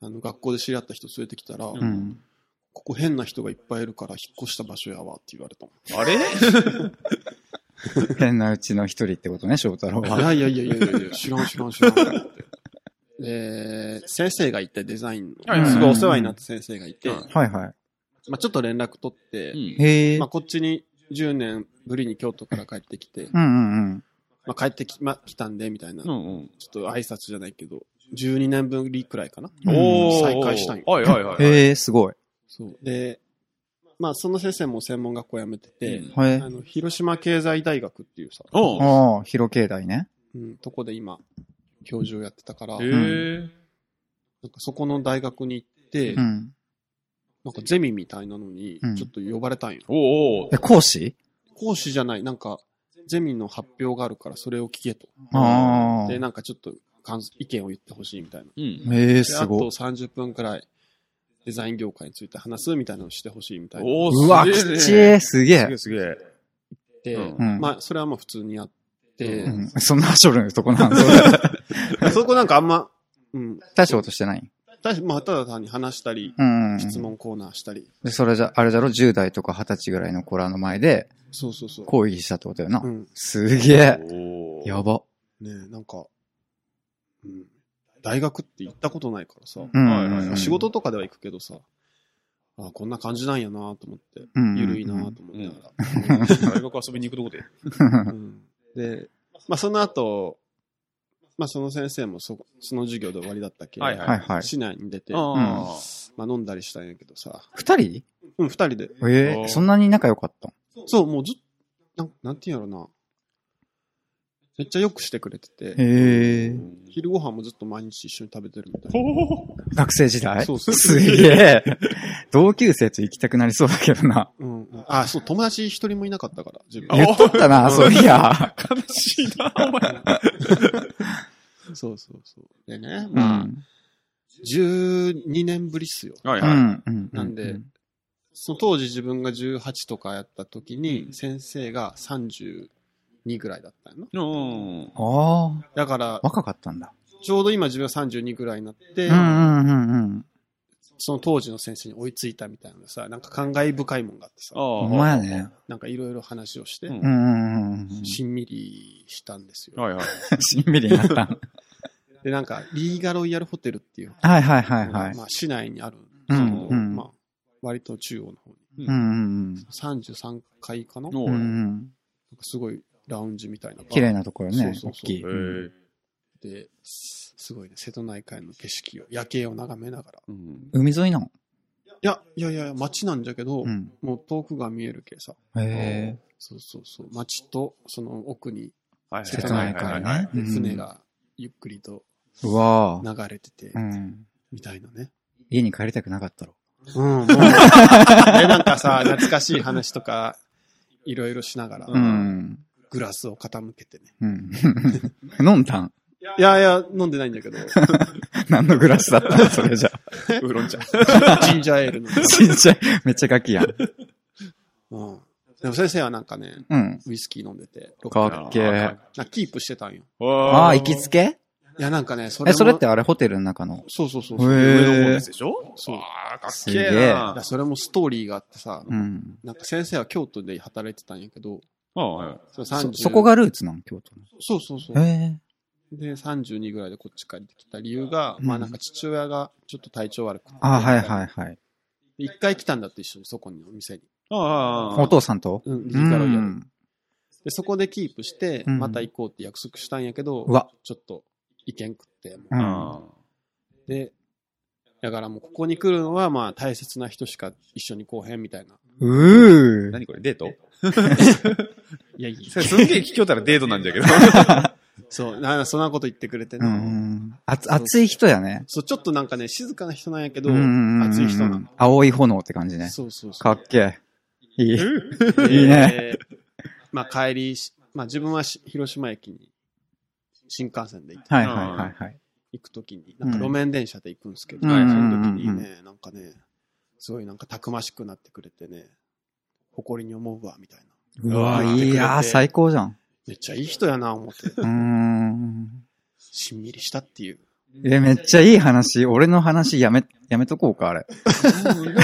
Speaker 4: あの、学校で知り合った人連れてきたら、
Speaker 2: う
Speaker 3: うん。
Speaker 4: ここ変な人がいっぱいいるから引っ越した場所やわって言われたもん。
Speaker 2: あれ
Speaker 3: 変なうちの一人ってことね、翔太郎は。
Speaker 4: いやいやいやいやいやいや、知らん知らん知らんと思って。で、先生がいてデザイン
Speaker 2: はいは
Speaker 4: の、
Speaker 2: い
Speaker 4: すごいお世話になった先生がいて、
Speaker 2: うん
Speaker 3: はいは
Speaker 4: まあちょっと連絡取って、
Speaker 3: い。へえ。う
Speaker 4: まあ
Speaker 3: ん
Speaker 4: こっちに10年ぶりに京都から帰ってきて、
Speaker 3: うんうん。
Speaker 4: まあ帰ってき,、ま、来たんで、みたいな、
Speaker 2: う
Speaker 4: ちょ
Speaker 2: んうん。
Speaker 4: っと挨拶じゃないけど、12年ぶりくらいかな。
Speaker 2: おー。
Speaker 4: 再開したんよ
Speaker 2: はいはいはい。
Speaker 3: へえ、すごい。
Speaker 4: そう。で、まあその先生も専門学校辞めてて、
Speaker 2: うん
Speaker 3: は
Speaker 4: あ
Speaker 3: い。
Speaker 4: の、広島経済大学っていうさ、
Speaker 2: おう
Speaker 3: ああ、広経大ね。
Speaker 4: うん、とこで今、教授をやってたから、
Speaker 2: へ
Speaker 4: なんか
Speaker 2: え。
Speaker 4: そこの大学に行って、
Speaker 3: うん。
Speaker 4: なんかゼミみたいなのに
Speaker 3: うん、
Speaker 4: ちょっと呼ばれたんよ。
Speaker 2: おうおう
Speaker 3: え、講師
Speaker 4: 講師じゃない、なんか、ゼミの発表があるからそれを聞けと。
Speaker 3: あ
Speaker 4: で、
Speaker 3: あ。
Speaker 4: なんかちょっと感想意見を言ってほしいみたいな。
Speaker 2: うん。
Speaker 3: へえ、
Speaker 4: ですあと
Speaker 3: ごい。
Speaker 4: 30分くらい、デザイン業界について話すみたいなのをしてほしいみたいな。
Speaker 2: お
Speaker 3: うわ、きっちえ、す
Speaker 2: す
Speaker 3: げ
Speaker 2: げ
Speaker 3: え
Speaker 2: え。すげえ。
Speaker 4: で、
Speaker 2: うん
Speaker 4: まあ、それはまあ普通にやって、
Speaker 3: うんそんなショルのとこなんだ。
Speaker 4: そこなんかあん ま、うん、
Speaker 3: 大したことしてない
Speaker 4: たまあ、ただ単に話したり、
Speaker 3: うんうん。
Speaker 4: 質問コーナーしたり、
Speaker 3: で、それじゃ、あれだろ、10代とか20歳ぐらいの子らの前で、
Speaker 4: そうそうそう。
Speaker 3: 抗議したってことよな
Speaker 4: う。ん。
Speaker 3: すげえ。
Speaker 2: おー
Speaker 3: やば。
Speaker 4: ねえなんか、うん。大学って行ったことないからさ、
Speaker 3: うん
Speaker 2: はいはいはい
Speaker 3: うん。
Speaker 4: 仕事とかでは行くけどさ、あこんな感じなんやなと思って、
Speaker 3: うん、
Speaker 4: ゆるいなと思ってなが
Speaker 2: 大学遊びに行くとこで。
Speaker 4: ら、うんで、まあその後、まあその先生もそこその授業で終わりだったけ、
Speaker 2: はいはい
Speaker 3: はいはい。
Speaker 4: 市内に出て、ま
Speaker 2: あ
Speaker 4: あ飲んだりしたんやけどさ、
Speaker 3: 二人
Speaker 4: うん、二人で。
Speaker 3: ええ
Speaker 2: あー
Speaker 3: そんなに仲良かった
Speaker 4: そう、もうずっと、なんなんていうんやろな。めっちゃよくしてくれてて、
Speaker 3: へえ
Speaker 2: ー。
Speaker 4: 昼ご飯もずっと毎日一緒に食べてるみたいな。
Speaker 2: ほ
Speaker 3: 学生時代
Speaker 4: そうそう
Speaker 3: すげえ。 同級生と行きたくなりそうだけどな。
Speaker 4: うん。あ、そう、友達一人もいなかったから、自
Speaker 2: あ
Speaker 4: 分。
Speaker 3: 言っとったな、そういや。
Speaker 2: ー悲しいな、お前。
Speaker 4: そうそう そう。でね、
Speaker 3: う
Speaker 4: まあ、
Speaker 3: ん。
Speaker 4: 12年ぶりっすよ。
Speaker 2: はいうはい。
Speaker 3: ん。うん。
Speaker 4: なんで
Speaker 3: うん
Speaker 4: その当時自分が18とかやった時に、先生が32ぐらいだったんやな。
Speaker 2: うん。
Speaker 3: ああ、
Speaker 4: だから、
Speaker 3: 若かったんだ。
Speaker 4: ちょうど今自分は32ぐらいになって
Speaker 3: う、んうんうんうん。
Speaker 4: その当時の先生に追いついたみたいなのさ、なんか感慨深いもんがあってさ、
Speaker 3: ほ
Speaker 2: お
Speaker 3: んまや。ね。
Speaker 4: なんかいろいろ話をして
Speaker 2: う、ん
Speaker 3: うんうんうんう ん。
Speaker 4: しんみりしたんですよ。
Speaker 2: はいはい。
Speaker 3: しんみりになった。
Speaker 4: で、なんか、リーガロイヤルホテルっていう、
Speaker 3: はいはいはいはい。
Speaker 4: まあ市内にあるん
Speaker 3: う
Speaker 4: ですけ
Speaker 3: ん
Speaker 4: ど、
Speaker 3: うん。
Speaker 4: まあ、割と中央の方に。
Speaker 3: うんうん
Speaker 4: 33階かななんか
Speaker 2: お
Speaker 3: うん。うんう
Speaker 2: ー
Speaker 3: ん
Speaker 4: すごいラウンジみたいな。
Speaker 3: 綺麗なところね。
Speaker 4: そうそうそう
Speaker 3: 大きい。
Speaker 2: へ
Speaker 3: うん
Speaker 2: ー
Speaker 4: で、すごいね、瀬戸内海の景色を、夜景を眺めながら。
Speaker 2: うん
Speaker 3: 海沿いなの
Speaker 4: いや、いやいや、街なんじゃけど、
Speaker 3: うん。
Speaker 4: もう遠くが見えるけさ。
Speaker 3: へえ。
Speaker 4: そうそうそう。街と、その奥に、
Speaker 2: はいはい
Speaker 4: 瀬戸
Speaker 3: 内
Speaker 2: は
Speaker 3: 海
Speaker 2: いはいはい
Speaker 3: ね
Speaker 4: で
Speaker 3: うん
Speaker 4: 船がゆっくりと
Speaker 3: うわ
Speaker 4: 流れてて
Speaker 3: あ。う、ん。
Speaker 4: みたいなね。
Speaker 3: 家に帰りたくなかったろ。
Speaker 4: うん、 もう。で、なんかさ、懐かしい話とか、いろいろしながら、
Speaker 3: うん。
Speaker 4: グラスを傾けてね。
Speaker 3: うん。飲んだ ん
Speaker 4: いやいや、飲んでないん だけど、
Speaker 3: 何のグラスだったのそれじゃ。
Speaker 2: ウーロン茶。
Speaker 4: ジンジャーエールの。
Speaker 3: ちっちゃい。めっちゃガキやん。
Speaker 4: うん。でも先生はなんかね、
Speaker 3: うん。
Speaker 4: ウイスキー飲んでて、
Speaker 3: かっけー。
Speaker 4: なんかキープしてたんよ。
Speaker 3: あ
Speaker 2: あ
Speaker 3: あ、行きつけ
Speaker 4: いや、なんかね、それ
Speaker 3: え、
Speaker 4: も
Speaker 3: それってあれホテルの中の。
Speaker 4: そうそうそ
Speaker 3: へ
Speaker 4: うそう。
Speaker 3: ー
Speaker 2: 上の方ですでしょ
Speaker 4: そう
Speaker 2: ああ、かっ
Speaker 3: す
Speaker 2: け
Speaker 3: げえ
Speaker 2: えない
Speaker 4: や。それもストーリーがあってさ、
Speaker 3: うん。
Speaker 4: なんか先生は京都で働いてたんやけど、
Speaker 2: ああはい
Speaker 4: その
Speaker 3: そ
Speaker 4: 30、
Speaker 3: そこがルーツなん、京都
Speaker 4: そうそうそう
Speaker 3: の。。へ
Speaker 4: で、32ぐらいでこっち帰ってきた理由が、まあなんか父親がちょっと体調悪くて。
Speaker 3: ああ、はいはいはい。
Speaker 4: で一回来たんだって一緒に、そこに、お店に。
Speaker 2: ああああ
Speaker 3: お父さんと
Speaker 4: うん、リ
Speaker 3: う
Speaker 4: ーガロイヤル
Speaker 3: ん。
Speaker 4: で、そこでキープして、
Speaker 3: うん
Speaker 4: また行こうって約束したんやけど、
Speaker 3: うわ。
Speaker 4: ちょっと行けんくって。もう
Speaker 3: うん。
Speaker 2: あ
Speaker 4: で、だからもうここに来るのはまあ大切な人しか一緒に来へんみたいな。
Speaker 3: う
Speaker 2: あ
Speaker 3: ー。
Speaker 2: 何これデート
Speaker 4: いやいや
Speaker 2: それすんげえ聞きよったらデートなん じゃけど。
Speaker 4: そう、なんかそんなこと言ってくれて
Speaker 3: う
Speaker 4: ね。
Speaker 3: ん。あつ、熱い人やね。
Speaker 4: そう、ちょっとなんかね、静かな人なんやけど、
Speaker 3: うんうんうんうん
Speaker 4: 熱い人なの。
Speaker 3: 青い炎って感じね。
Speaker 4: そうそうそう。
Speaker 3: かっけえ。いい。
Speaker 4: で
Speaker 3: いいね。
Speaker 4: まあ帰りし、まあ自分はし広島駅に新幹線で行って
Speaker 3: はいはいはいはい。
Speaker 4: 行くときに、なんか路面電車で行くんですけど、
Speaker 3: うん
Speaker 4: その時に
Speaker 3: うんうん
Speaker 4: ね、なんかね、すごいなんかたくましくなってくれてね、誇りに思うわ、みたいな。
Speaker 3: う
Speaker 2: わ
Speaker 3: わ、
Speaker 4: ー
Speaker 3: いやー、最高じゃん。
Speaker 4: めっちゃいい人やな、思って。
Speaker 3: うーん。
Speaker 4: しんみりしたっていう。
Speaker 3: え、めっちゃいい話。俺の話やめ、やめとこうか、あ れ。
Speaker 2: うん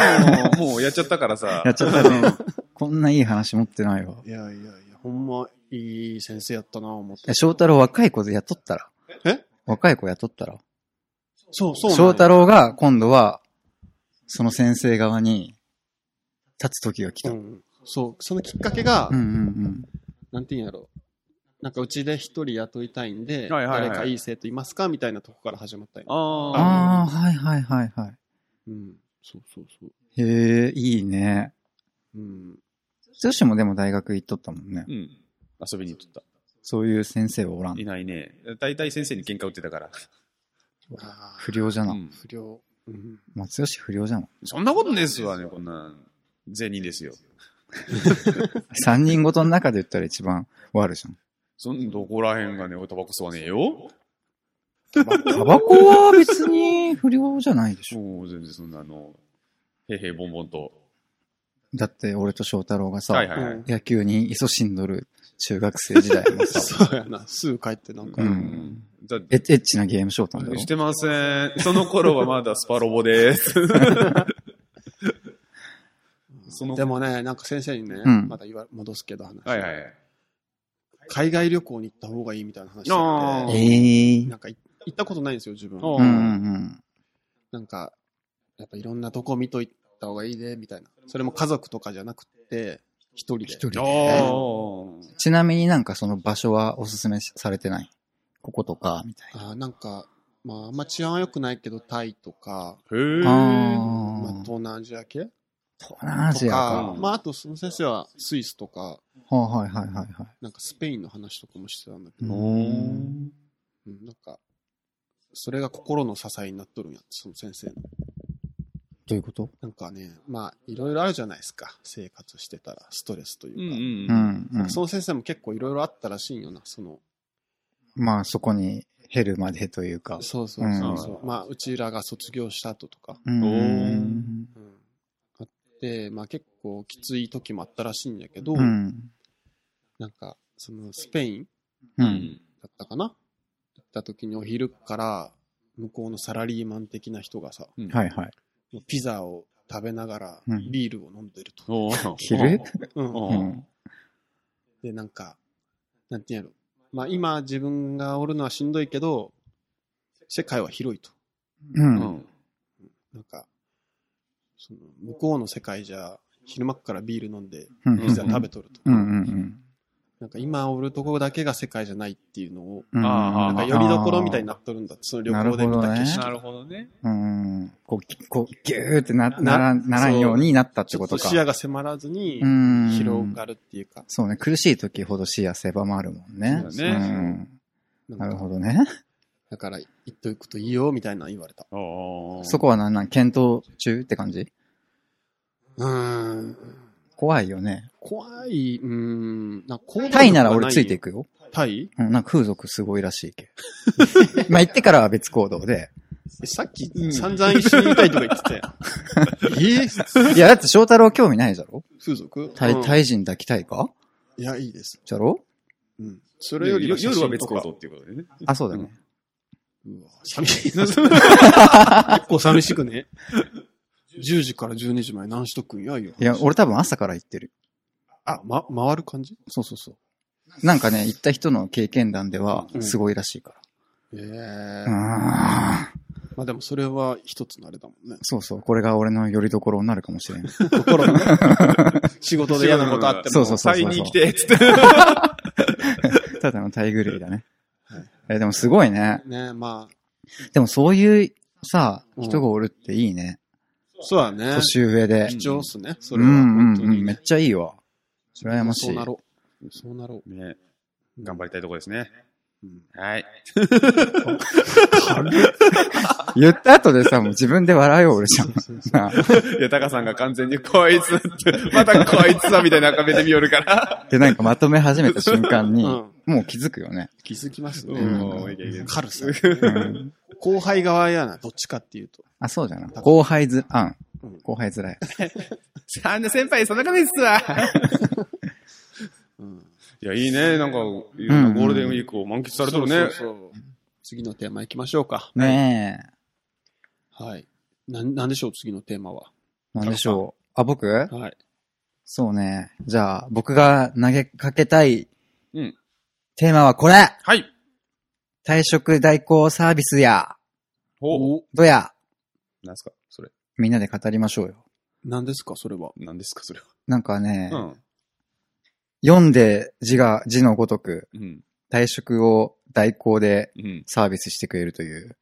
Speaker 2: でももうやっちゃったからさ
Speaker 3: や。っちゃったね。こんないい話持ってないわ。
Speaker 4: いやいやいや、ほんまいい先生やったな、思って
Speaker 3: え、。翔太郎若い子で雇ったら
Speaker 4: え
Speaker 3: 若い子雇ったら
Speaker 4: そうそうなんや。
Speaker 3: 翔太郎が今度は、その先生側に立つ時が来た。
Speaker 4: う
Speaker 3: うん
Speaker 4: ん。そう、そのきっかけが、
Speaker 3: うんうん。
Speaker 4: なんていうんやろう。なんかうちで一人雇いたいんで、
Speaker 2: はいはいはい
Speaker 4: 誰かいい生徒いますかみたいなとこから始まったよ。
Speaker 2: ああ。
Speaker 3: ああ、はいはいはいは
Speaker 4: うん。そうそうそう。
Speaker 3: い。へえ、いいね。
Speaker 4: うん。
Speaker 3: 剛もでも大学行っとったもんね
Speaker 2: う。ん。遊びに行っとっ
Speaker 3: そういう先生はおらん
Speaker 2: た。い。ないね。大体先生に喧嘩売ってたから。
Speaker 4: あ
Speaker 3: 不良じゃ
Speaker 2: う
Speaker 3: な。
Speaker 2: ん
Speaker 4: 不良。うん。
Speaker 3: まあ、剛不良じゃん。
Speaker 2: そんなことねえっすわね、こんな。善人ですよ。
Speaker 3: 三人ごとの中で言ったら一番悪じゃん。
Speaker 2: そんどこらへんがね、俺タバコ吸わねえよ。
Speaker 3: タバコは別に不良じゃないでしょ。
Speaker 2: もう全然そんなあの、へいへいぼんぼんと。
Speaker 3: だって俺と翔太郎がさ、
Speaker 2: はいはいは
Speaker 4: う
Speaker 2: い
Speaker 4: ん。
Speaker 3: 野球に勤しんどる中学生時代の さ、
Speaker 4: そうやな。すぐ帰ってなんか
Speaker 3: う。ん
Speaker 2: だ
Speaker 3: エッエッチなゲームしようと思ったんだ
Speaker 2: して
Speaker 3: ろ
Speaker 2: ません。その頃はまだスパロボです。その
Speaker 4: でもね、なんか先生にね、
Speaker 3: うん
Speaker 4: また言わ戻すけど話、
Speaker 2: はいはい。
Speaker 4: 海外旅行に行った方がいいみたいな話
Speaker 2: あ
Speaker 4: になって
Speaker 3: ええ
Speaker 4: なんかい行ったことないんですよ、自分。
Speaker 2: あ
Speaker 3: うんうん
Speaker 4: なんか、やっぱいろんなとこ見といた方がいいね、みたいな。それも家族とかじゃなくて、一人で。一
Speaker 2: ああ。
Speaker 3: うん。ちなみになんかその場所はおすすめされてないこことか、みたいな。
Speaker 4: あーなんか、まあ、あんま治安は良くないけど、タイとか、
Speaker 2: へえ。
Speaker 3: あ
Speaker 4: まあ、
Speaker 3: あ。
Speaker 4: 東南アジア系と
Speaker 3: 東南アジア
Speaker 4: か
Speaker 2: か
Speaker 3: か。
Speaker 4: まあ、あと、その先生はスイスとか、
Speaker 3: はいはいはいはいは
Speaker 4: なんかスペインの話とかもしてたんだけ
Speaker 3: い。
Speaker 4: ど、
Speaker 3: うん
Speaker 4: うんなんか、それが心の支えになっとるんやって、その先生の。
Speaker 3: どういうこと
Speaker 4: なんかね、まあ、いろいろあるじゃないですか、生活してたら、ストレスという
Speaker 2: う
Speaker 4: か。
Speaker 2: んうん
Speaker 3: う
Speaker 2: うん。
Speaker 3: んうん。
Speaker 4: その先生も結構いろいろあったらしいんよな、その、
Speaker 3: まあそこに減るまでというか。
Speaker 4: そうそうそうそう、
Speaker 2: う
Speaker 4: まあ、うちらが卒業した後とか、
Speaker 3: うん
Speaker 2: お
Speaker 4: うん、あって、まあ結構きつい時もあったらしいんやけど、
Speaker 3: うん。
Speaker 4: なんか、そのスペイン
Speaker 2: う
Speaker 3: う。
Speaker 2: んん。
Speaker 4: だったかな行った時にお昼から、向こうのサラリーマン的な人がさ、
Speaker 2: うん
Speaker 3: はい。はい。
Speaker 4: ピザを食べながら
Speaker 3: うん
Speaker 4: ビールを飲んでると。
Speaker 2: おー
Speaker 3: 昼
Speaker 4: うん
Speaker 2: お
Speaker 3: う
Speaker 2: ー
Speaker 3: ん。
Speaker 4: で、なんか、なんていうんやろ。まあ今自分がおるのはしんどいけど、世界は広いと。
Speaker 3: う。
Speaker 2: うんん。
Speaker 4: なんか、その向こうの世界じゃ昼間っからビール飲んで
Speaker 3: うん
Speaker 4: ピザ食べとると。
Speaker 3: うんうんうん。
Speaker 4: なんか今おるところだけが世界じゃないっていうのを、
Speaker 3: うん
Speaker 2: あー
Speaker 4: なんかよりどころみたいになっとるんだって、その旅行で見た景色。
Speaker 2: なるほどね。
Speaker 3: うん。こう、こう、ぎゅーってな、なら、
Speaker 4: な
Speaker 3: ならんようになったって
Speaker 4: ちょ
Speaker 3: こ
Speaker 4: っ
Speaker 3: と
Speaker 4: と
Speaker 3: か。
Speaker 4: 視野が迫らずに
Speaker 3: うん。
Speaker 4: 広がるっていうか、
Speaker 3: そうね、苦しい時ほど視野狭まるもんね。
Speaker 2: そうだね
Speaker 3: うん。
Speaker 4: な
Speaker 3: なんる
Speaker 4: か
Speaker 3: ほどね。
Speaker 4: だから言っとくといいよみたいなの言われた。
Speaker 2: おー
Speaker 3: そこはなんなん、検討中って感じ
Speaker 4: うーん。
Speaker 3: 怖いよね。
Speaker 4: 怖い、うーん。なんか行動力が
Speaker 3: タイなら俺ついていくよ。
Speaker 4: ない。タイ
Speaker 3: うん、なんか風俗すごいらしいけど。まあ行ってからは別行動で。
Speaker 4: えさっき散々一緒にいたいとか言ってたやん。 え
Speaker 3: いや、だって翔太郎興味ないじゃろ
Speaker 4: 風俗
Speaker 3: タ
Speaker 4: うん
Speaker 3: イ、タイ人抱きたいか
Speaker 4: いや、いいです。
Speaker 3: じゃろ
Speaker 4: うん。そ
Speaker 2: そ
Speaker 4: れより
Speaker 2: 夜は
Speaker 4: 別
Speaker 2: 別行
Speaker 4: 行
Speaker 2: 動っていうことでね。
Speaker 3: あ、そうだね。
Speaker 4: うわ、寂しい。結構寂しくね。10時から12時まで何しとくんや、いう話
Speaker 3: いや、俺多分朝から行ってる。
Speaker 4: あ、ま、回る感じ
Speaker 3: そうそうそう。なんかね、行った人の経験談では
Speaker 4: う、ん
Speaker 3: すごいらしいか
Speaker 4: ええ
Speaker 3: ら。あー
Speaker 4: まあでもそれは一つのあれだも んね。
Speaker 3: そうそう、これが俺の拠り所になるかもしれ ない。
Speaker 4: 心のね仕事で嫌なことあっても。
Speaker 3: そうそうそうそ
Speaker 2: 買
Speaker 3: う
Speaker 2: いに来て、つって。
Speaker 3: ただの大狂いだね。え、でもすごいね。
Speaker 4: ね、まあ、
Speaker 3: でもそういうさ、
Speaker 4: うん
Speaker 3: 人がおるっていいね。
Speaker 4: そうだね。
Speaker 3: 年上で。
Speaker 4: 貴重っすね。そうれ
Speaker 3: ん
Speaker 4: は
Speaker 3: うん
Speaker 4: 本当
Speaker 3: うん、
Speaker 4: に
Speaker 3: めっ
Speaker 4: ね。
Speaker 3: ちゃいいわ。羨まし
Speaker 4: そう
Speaker 3: い
Speaker 4: な。ろう。そうなろ
Speaker 2: ね、頑張りたいとこですね。
Speaker 4: う。うん
Speaker 2: はい。
Speaker 3: 言った後でさ、もう自分で笑いをおるじゃ ん。なあ
Speaker 2: いや、タカさんが完全に、こいつって、またこいつだみたいな目で見よるから。
Speaker 3: で、なんかまとめ始めた瞬間に、
Speaker 4: うん
Speaker 3: もう気づくよね。
Speaker 4: 気づきます
Speaker 2: う
Speaker 4: ね。
Speaker 2: ん、
Speaker 4: うん
Speaker 2: もういけいけ
Speaker 4: カ ルさ
Speaker 3: うん
Speaker 4: 後輩側やな、どっちかっていうと。
Speaker 3: あ、そうじゃな。後輩ず、あん
Speaker 4: うん。
Speaker 3: 後輩ずらい。
Speaker 2: あんな先輩、そんなことですわ。
Speaker 4: うん。
Speaker 2: いや、いいね。なんか、いろんなゴールデンウィークを満喫されてるね。
Speaker 4: そうそうそう次のテーマ行きましょうか。
Speaker 3: ねえ。
Speaker 4: はい。なん、なんでしょう、次のテーマは。
Speaker 3: なんでしょう。あ、僕
Speaker 4: はい。
Speaker 3: そうね。じゃあ、僕が投げかけたい、
Speaker 2: うん
Speaker 3: テーマはこれ
Speaker 2: はい。
Speaker 3: 退職代行サービスや、
Speaker 2: ほう。
Speaker 4: お
Speaker 3: どや
Speaker 2: なんすかそれ。
Speaker 3: みんなで語りましょうよ。
Speaker 4: 何ですか、それは。
Speaker 2: なんですかそれは。
Speaker 3: なんかね、
Speaker 2: うん。
Speaker 3: 読んで字が字のごとく、
Speaker 2: うん。
Speaker 3: 退職を代行で
Speaker 2: うん。
Speaker 3: サービスしてくれるという、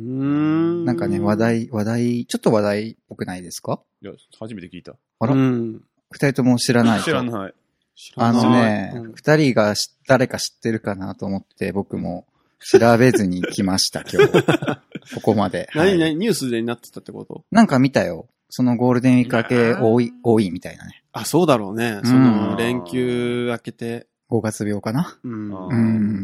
Speaker 4: うん
Speaker 3: なんかね、話。題、話題、ちょっと話題っぽくないですか
Speaker 2: いや、初めて聞いた。
Speaker 3: あら
Speaker 4: うん。
Speaker 3: 二人とも知らないと。
Speaker 2: 知らない。
Speaker 4: 知
Speaker 3: あ
Speaker 4: らない
Speaker 3: のね
Speaker 4: う、ん
Speaker 3: 二、人がし誰か知ってるかなと思って、僕も調べずに来ました、今日。ここまで。
Speaker 4: 何
Speaker 3: はい
Speaker 4: 何ニュースでになってたってこと
Speaker 3: なんか見たよ。そのゴールデンウィーク明け多い、多いみたいなね。
Speaker 4: あ、そうだろうね。そ
Speaker 3: うん
Speaker 4: の、連休明けて。
Speaker 3: 5月病かな。
Speaker 4: う。
Speaker 2: うん。
Speaker 3: うん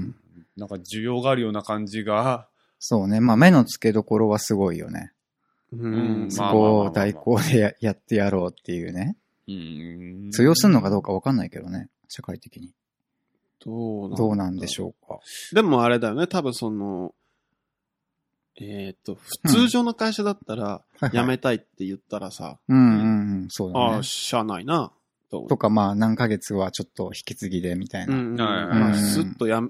Speaker 3: ん。
Speaker 2: なんか需要があるような感じが。
Speaker 3: そうね。まあ目の付けどころはすごいよね。
Speaker 4: うん。
Speaker 3: そ
Speaker 2: まあ
Speaker 3: こを代行でややってやろうっていうね。
Speaker 2: うん
Speaker 3: 通用するのかどうかわかんないけどね。社会的に。
Speaker 4: どう
Speaker 3: どうなんで
Speaker 4: ょ
Speaker 3: しょうか。
Speaker 4: う。でもあれだよね、多分その、えーっと、普通常の会社だったら、辞めたいって言ったらさ、
Speaker 3: うんうんうん。そうだ
Speaker 4: あ
Speaker 3: ね
Speaker 4: あ、。しゃあないな、と思う
Speaker 3: とかまあ何ヶ月はちょっと引き継ぎでみたいな。
Speaker 4: うんうん
Speaker 2: はい
Speaker 4: ま
Speaker 3: うん
Speaker 4: あ、すっとやめ、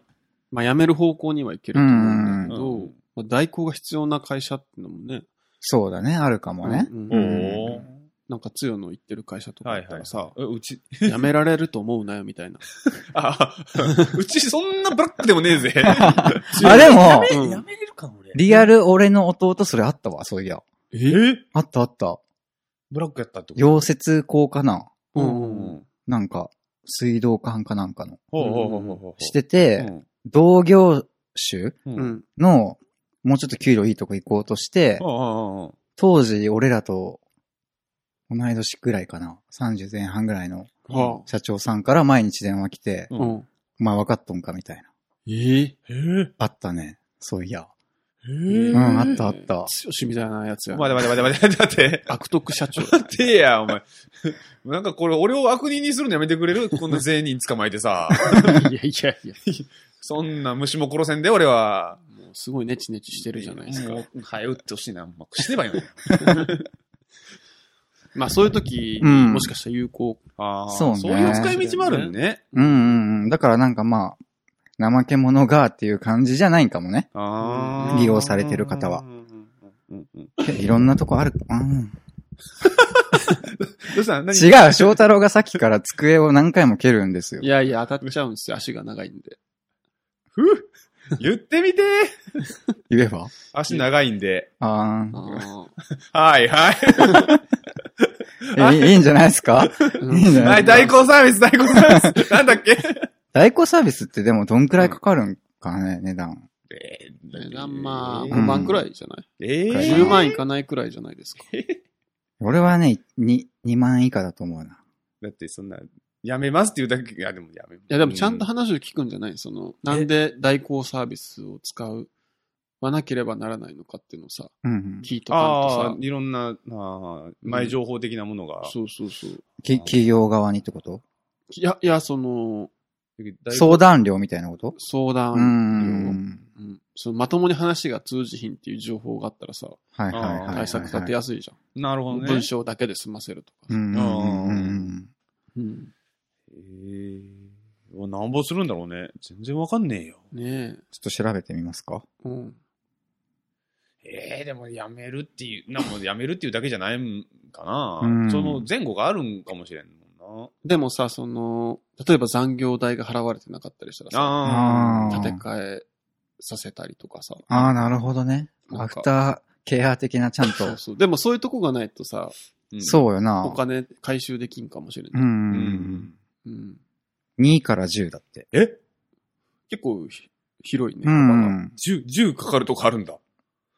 Speaker 4: まあ、やめる方向にはいけると思うんだけど、
Speaker 2: うん
Speaker 4: まあ、代行が必要な会社ってのもね、
Speaker 3: そうだね。あるかもね。
Speaker 4: うん
Speaker 2: お
Speaker 4: うん
Speaker 2: ー。
Speaker 4: なんか強の言ってる会社とかだったらさ、
Speaker 2: えうち、
Speaker 4: やめられると思うなよみたいな。
Speaker 2: あ、 うちそんなブラックでもねえぜ。
Speaker 3: あ、でも、
Speaker 4: うん
Speaker 5: やめれるかも、俺。
Speaker 3: リアル俺の弟それあったわ、そういや。
Speaker 2: え
Speaker 3: あったあった。
Speaker 2: ブラックやったってこと
Speaker 3: 溶接工かな
Speaker 4: う
Speaker 2: うんん。
Speaker 3: なんか、水道管かなんかの。
Speaker 2: ほうほうほうほうほう。
Speaker 3: して
Speaker 2: う
Speaker 3: て、
Speaker 2: ん
Speaker 3: 同業種
Speaker 2: うん。
Speaker 4: う
Speaker 2: うん。
Speaker 4: ん。
Speaker 3: の、もうちょっと給料いいとこ行こうとして、
Speaker 2: あ
Speaker 3: 当時俺らと同い年くらいかな。30前半ぐらいの
Speaker 4: は
Speaker 3: 社長さんから毎日電話来て
Speaker 4: あ。、
Speaker 2: う
Speaker 4: うんん。
Speaker 3: お前分かっとんかみたいな。
Speaker 4: ええ
Speaker 2: あ。え
Speaker 3: あったね。そういや。
Speaker 2: え
Speaker 3: うん、あったあった。
Speaker 4: 強しみたいなやつや。
Speaker 2: 待て待て待て待て待て。
Speaker 4: 悪徳社長。
Speaker 2: 待てや、お前。なんかこれ、俺を悪人にするのやめてくれるこんな全員捕まえて さ。
Speaker 4: いやいやいや。
Speaker 2: そんな虫も殺せんで、俺は。
Speaker 4: もうすごいネチネチしてるじゃないですか。
Speaker 2: もう。はい、打ってほしいな。まあ、死ねばいいのに。
Speaker 4: まあそういう時、
Speaker 3: うん
Speaker 4: もしかしたら有効。
Speaker 2: ああ、
Speaker 3: そうね
Speaker 2: そういう使い道もあるんね。
Speaker 3: うんうんうん。だからなんかまあ、怠け者がっていう感じじゃないんかも ね。
Speaker 2: ああ。
Speaker 3: 利用されてる方は
Speaker 2: うんうんうん。
Speaker 3: いやいろんなとこある。うん、
Speaker 2: どうした何
Speaker 3: 違う、翔太郎がさっきから机を何回も蹴るんですよ
Speaker 4: い。やいや、当たっちゃうんですよ。足が長いんで。
Speaker 2: ふ言ってみて
Speaker 3: 言えば
Speaker 2: 足長いんで。
Speaker 3: あ
Speaker 4: あー
Speaker 2: はいはい。
Speaker 3: あ。えいいいいんじゃないですかいいんじゃ な
Speaker 2: はい、
Speaker 3: い
Speaker 2: 代行サービス、代行サービス。なんだっけ
Speaker 3: 代行サービスってでもどんくらいかかるんかね、値段。
Speaker 2: え
Speaker 4: 値段まあ、
Speaker 2: え
Speaker 3: う
Speaker 4: 5
Speaker 3: ん
Speaker 4: 万くらいじゃない、
Speaker 2: え
Speaker 3: え
Speaker 4: ?10 万い かないくらいじゃないですか。
Speaker 3: 俺はね、2、2万以下だと思うな。
Speaker 2: だってそんな、やめますって言うだけ、いやでもやめい
Speaker 4: いや、でもちゃんと話を聞くんじゃないその、なんで代行サービスを使う、はなければならないのかっていうのをさ、
Speaker 3: うんうん。
Speaker 4: 聞いとか
Speaker 2: ああ
Speaker 4: ん、と
Speaker 2: いろんな、ああ前情報的なものが
Speaker 4: さ。。そうそうそう。
Speaker 3: き企業側にってこと
Speaker 4: いや、いや、その、
Speaker 2: 大根
Speaker 3: 相談料みたいなこと
Speaker 4: 相
Speaker 3: う
Speaker 4: 談
Speaker 3: ん。
Speaker 4: 料。うんそのまともに話が通じひんっていう情報があったらさ、
Speaker 3: はいはいはいはい、はい。
Speaker 4: 対策立てやすいじゃ
Speaker 2: なるほ
Speaker 4: ん。
Speaker 2: どね。
Speaker 4: 文章だけで済ませるとか。
Speaker 3: うんうんうんうん。
Speaker 4: うん
Speaker 2: えー。うわなんぼするんだろうね。全然わかんねえよ。
Speaker 4: ね
Speaker 3: ちょっと調べてみますか。
Speaker 4: え。うん。
Speaker 2: ええでもやめるっていう、なんもやめるっていうだけじゃないんかな。
Speaker 3: うん
Speaker 2: その前後があるんかもしれんもん
Speaker 4: でもさ、その、例えば残業代が払われてなかったりした
Speaker 2: な。
Speaker 4: らさ、
Speaker 2: あ
Speaker 3: あ
Speaker 4: 建て替えさせたりとかさ。
Speaker 3: ああ、なるほどね。
Speaker 4: な
Speaker 3: ア
Speaker 4: んか
Speaker 3: フターケア的なちゃん
Speaker 4: そう
Speaker 3: と。
Speaker 4: そう。でもそういうとこがないと
Speaker 2: あ。
Speaker 4: さ、
Speaker 3: そうよな。
Speaker 4: お金回収できんかもしれ
Speaker 3: う。
Speaker 4: ない。
Speaker 2: うんん。う
Speaker 3: うんん。
Speaker 4: うん
Speaker 3: 2から10だって。
Speaker 2: え
Speaker 4: 結構ひ広いね。
Speaker 3: う
Speaker 4: 幅が
Speaker 3: ん。
Speaker 2: 10、10かかるとこあるんだ。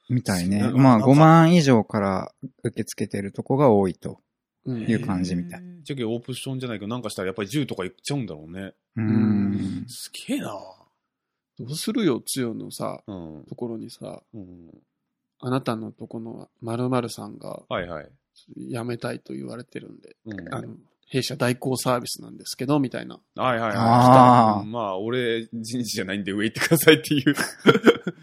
Speaker 3: みたいね。
Speaker 2: そう
Speaker 3: ま
Speaker 2: な
Speaker 3: あ
Speaker 2: んか
Speaker 3: 5万以上から受け付けてるとこが多いと。
Speaker 4: うん
Speaker 3: いう感じみたい
Speaker 2: えー。じゃけオプションじゃないけど、なんかしたらやっぱり10とかいっちゃうんだろうね。
Speaker 3: う
Speaker 4: うん
Speaker 3: ん。
Speaker 2: すげえな
Speaker 4: どうするよ、つよのさ、
Speaker 2: うん。
Speaker 4: ところにさ、
Speaker 2: うん。
Speaker 4: あなたのとこの〇〇さんが
Speaker 2: はいはい。
Speaker 4: 辞めたいと言われてるんで、
Speaker 2: うん
Speaker 4: あの、弊社代行サービスなんですけど、みたいな。
Speaker 2: はいはいはい。
Speaker 3: あー
Speaker 2: うんまあ、俺、人事じゃないんで上行ってくださいっていう。
Speaker 4: い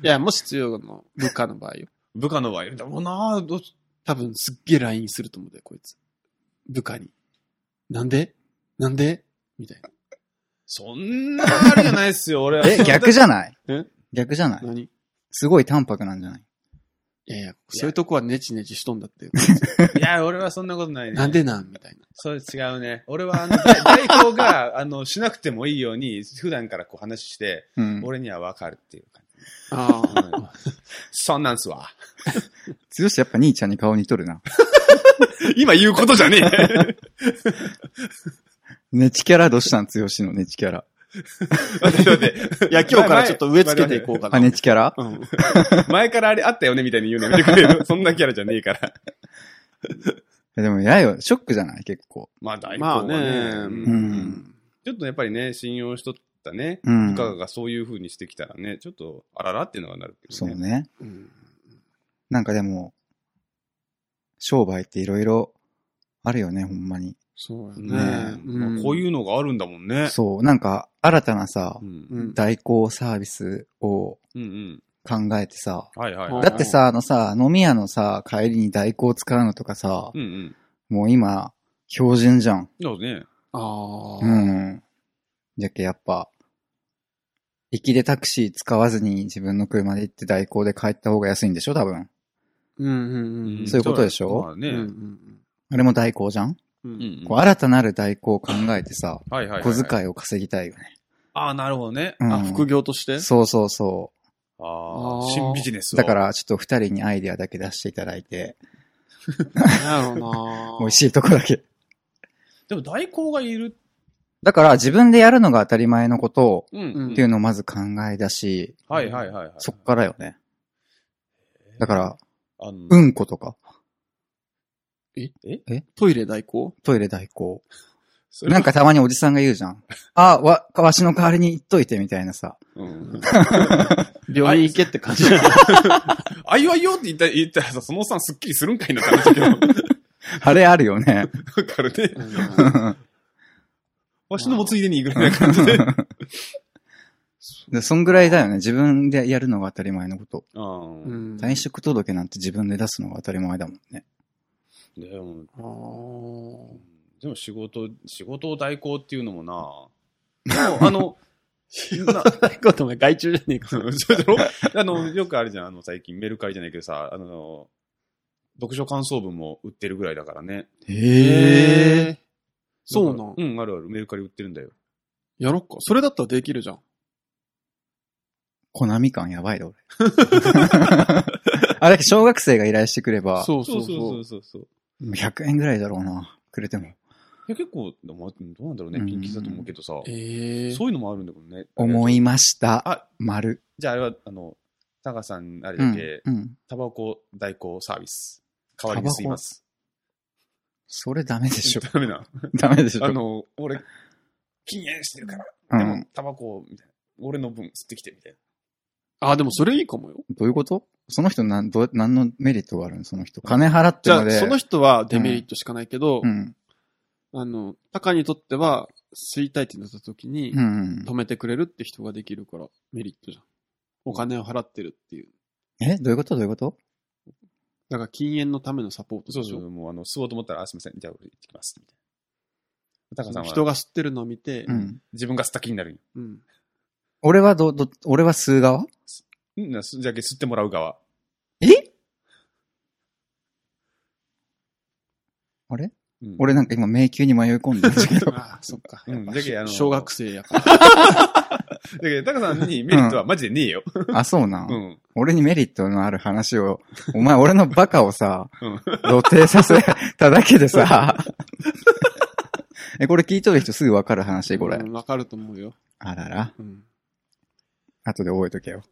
Speaker 4: や、もしつよの部下の場合よ。
Speaker 2: 部下の場合、だもんなどうし
Speaker 4: 多分すっげえ LINE すると思うんだよ、こいつ。部下に。なんでなんでみたいな。
Speaker 2: そんなあれじゃないっすよ、俺は。
Speaker 3: え、逆じゃない
Speaker 4: え
Speaker 3: 逆じゃない
Speaker 4: 何い
Speaker 3: すごい淡白なんじゃない
Speaker 4: やいや、そういうとこはネチネチしとんだって。
Speaker 2: いや、俺はそんなことないね。
Speaker 4: なんでなんみたいな。
Speaker 2: それ違うね。俺は、あの、代代行が、あの、しなくてもいいように、普段からこう話して、
Speaker 3: うん。
Speaker 2: 俺にはわかるっていう感
Speaker 4: ああ。
Speaker 2: じ。うんそんなんすわ。
Speaker 3: つよしやっぱ兄ちゃんに顔似とるな。
Speaker 2: 今言うことじゃ ねえ。
Speaker 3: ネチキャラどうしたんつよしのネチキャラ。
Speaker 2: 待って待って。
Speaker 4: いや、今日からちょっと植え付けていこうか
Speaker 3: あ、
Speaker 4: な。
Speaker 3: ネチキャラ
Speaker 4: うん。
Speaker 2: 前からあれあったよねみたいに言うのやめてくれる。そんなキャラじゃねえから。
Speaker 3: いやでも嫌よ。ショックじゃない結構。
Speaker 2: まあ、代行
Speaker 4: ま
Speaker 2: は
Speaker 4: あね
Speaker 2: ね。。
Speaker 3: う
Speaker 2: うん
Speaker 3: ん。
Speaker 2: ちょっとやっぱりね、信用しとったね。
Speaker 3: う
Speaker 2: 部
Speaker 3: ん。
Speaker 2: 下がそういう風にしてきたらね、ちょっと、あららっていうのがなるけど
Speaker 3: そう
Speaker 2: ね。
Speaker 3: ね。
Speaker 4: うん
Speaker 3: なんかでも、商売っていろいろあるよね、ほんまに。
Speaker 4: そうや
Speaker 2: ね
Speaker 4: ね。
Speaker 2: えまあこういうのがあるんだもんね。
Speaker 3: そう、なんか新たなさ
Speaker 2: う、ん。
Speaker 4: うん。うん。
Speaker 3: 代行サービスを
Speaker 2: うんうん。
Speaker 3: 考えてさ、
Speaker 2: はいはい
Speaker 4: うん
Speaker 2: はい。
Speaker 3: だってさ、あのさ、飲み屋のさ、帰りに代行使うのとかさ
Speaker 2: う、んうん。
Speaker 3: もう今、標準じゃん。
Speaker 2: そうね。
Speaker 4: あ
Speaker 3: う
Speaker 4: あ。
Speaker 3: ん。じゃけやっぱ、行きでタクシー使わずに自分の車で行って代行で帰った方が安いんでしょ多分。
Speaker 4: うんうんうん。
Speaker 3: そういうことでし
Speaker 2: ま
Speaker 3: ょ
Speaker 2: あ
Speaker 4: う
Speaker 2: ね。
Speaker 4: ん
Speaker 2: う
Speaker 4: うんん
Speaker 3: あれも代行じゃん、
Speaker 4: うん。う
Speaker 2: うんん。
Speaker 3: こう新たなる代行を考えてさ、
Speaker 2: はいはいはい。
Speaker 3: 小遣
Speaker 2: い。
Speaker 3: いを稼ぎたいよね。
Speaker 2: ああ、なるほどね。
Speaker 3: うん
Speaker 4: あ、副業として
Speaker 3: そうそうそ
Speaker 2: あ
Speaker 4: あ
Speaker 2: あ、
Speaker 4: ー
Speaker 2: 新ビジネス
Speaker 3: う。
Speaker 2: を
Speaker 3: だか、ら、ちょっと二人にアイデアだけ出していただいて、
Speaker 4: な
Speaker 3: 美
Speaker 4: るほどな
Speaker 3: 味しいとこだけ。
Speaker 2: でも代行がいる。
Speaker 3: だから、自分でやるのが当たり前のことを、
Speaker 2: うん
Speaker 4: うん
Speaker 3: っていうのをまず考え出し、
Speaker 2: はいはいはいはい。
Speaker 3: そっからよね。だから、
Speaker 2: あの、
Speaker 3: うんことか、
Speaker 4: トイレ代行
Speaker 3: トイレ代行。
Speaker 2: それ
Speaker 3: なんかたまにおじさんが言うじゃん。あ、わ、わしの代わりに言っといてみたいなさ。
Speaker 2: うん。
Speaker 4: 病院行けって感じ。
Speaker 2: あいわいよって言った言ったらさ、そのおっさんすっきりするんかいなって話だけ ど。わ
Speaker 3: あれあるよね。
Speaker 2: かるね。
Speaker 4: うん
Speaker 2: わしのもついでにいいぐらいな感じで。
Speaker 3: でそんぐらいだよね。自分でやるのが当たり前のこと。
Speaker 2: う。
Speaker 4: うんん
Speaker 3: 退職届なんて自分で出すのが当たり前だもんね。
Speaker 2: でも、
Speaker 4: あー
Speaker 2: でも仕事、仕事を代行っていうのも なでも、あの、な
Speaker 4: 代行ってお前外注じゃねえか。
Speaker 2: そうだろあの、よくあるじゃん、あの、最近メルカリじゃないけどさ、あの、読書感想文も売ってるぐらいだからね。
Speaker 4: へえ。そう
Speaker 2: だ
Speaker 4: な
Speaker 2: から。
Speaker 4: ん
Speaker 2: うん、あるある、メルカリ売ってるんだよ。
Speaker 4: やろっか。それだったらできるじゃん。
Speaker 3: コナミ感やばいで、俺。 あれ、小学生が依頼してくれば、
Speaker 4: そうそう
Speaker 2: そ
Speaker 4: そうう。
Speaker 2: そうそう。い
Speaker 3: 100円ぐらいだろうな。くれても。
Speaker 2: や、結構、でもどうなんだろうね、
Speaker 3: うん
Speaker 2: ピンキリだと思うけどさ、
Speaker 4: ええ。
Speaker 2: そういうのもあるんだけどね。
Speaker 3: 思いました。
Speaker 2: あ、
Speaker 3: 丸。
Speaker 2: じゃああれは、あの、タカさん、あれ
Speaker 3: う
Speaker 2: だ
Speaker 3: ん
Speaker 2: け、。
Speaker 3: うん。
Speaker 2: タバコ代行サービス。代わりに吸います。
Speaker 3: それダメで しょ。
Speaker 2: ダメな。
Speaker 3: ダメでしょ。
Speaker 2: あの、俺、禁煙してるから、
Speaker 3: う
Speaker 2: でも
Speaker 3: ん。、
Speaker 2: タバコを、みたいな。俺の分吸ってきて、みたいな。
Speaker 4: あ、でもそれいいかもよ。
Speaker 3: どういうことその人なん、どう、何のメリットがあるのその人。金払って
Speaker 4: じゃ
Speaker 3: ま
Speaker 4: あ、
Speaker 3: で。
Speaker 4: その
Speaker 3: 人。
Speaker 4: 人はデメリットしかないけど
Speaker 3: う、ん。
Speaker 4: あの、タカにとっては、吸いたいってなった時に
Speaker 3: う、ん。
Speaker 4: 止めてくれるって人ができるから、メリットじゃん。お金を払ってるっていう。
Speaker 3: えどういうことどういうこと
Speaker 4: だから禁煙のためのサポート
Speaker 2: そ
Speaker 4: で
Speaker 2: う
Speaker 4: し
Speaker 2: そ
Speaker 4: ょ
Speaker 2: う、もうあの、吸おうと思ったら、あ、すみません、じゃあ俺行ってきます。みたいな。タカさんは、
Speaker 4: 人が吸ってるのを見て、
Speaker 3: う
Speaker 4: うん
Speaker 3: ん。
Speaker 2: 自分が吸った気になるんよ
Speaker 4: うん。
Speaker 3: 俺はど、ど、俺は吸う側
Speaker 2: うんなすじゃあ吸ってもらう側。
Speaker 3: えあれ
Speaker 2: うん、
Speaker 3: 俺なんか今迷宮に迷い込んでるんだけど。
Speaker 4: ああ、 そっか。
Speaker 2: うんだけどあの
Speaker 4: 小学生やから。
Speaker 2: だけど、タカさんにメリットはマジでねえよ。
Speaker 3: あ、そうな。
Speaker 2: うん。
Speaker 3: 俺にメリットのある話を、お前俺のバカをさ、
Speaker 2: うん
Speaker 3: 露呈させただけでさ、え、これ聞いとる人すぐわかる話これ。
Speaker 4: うんわかると思うよ。
Speaker 3: あらら。
Speaker 4: うん。
Speaker 3: 後で覚えとけよ。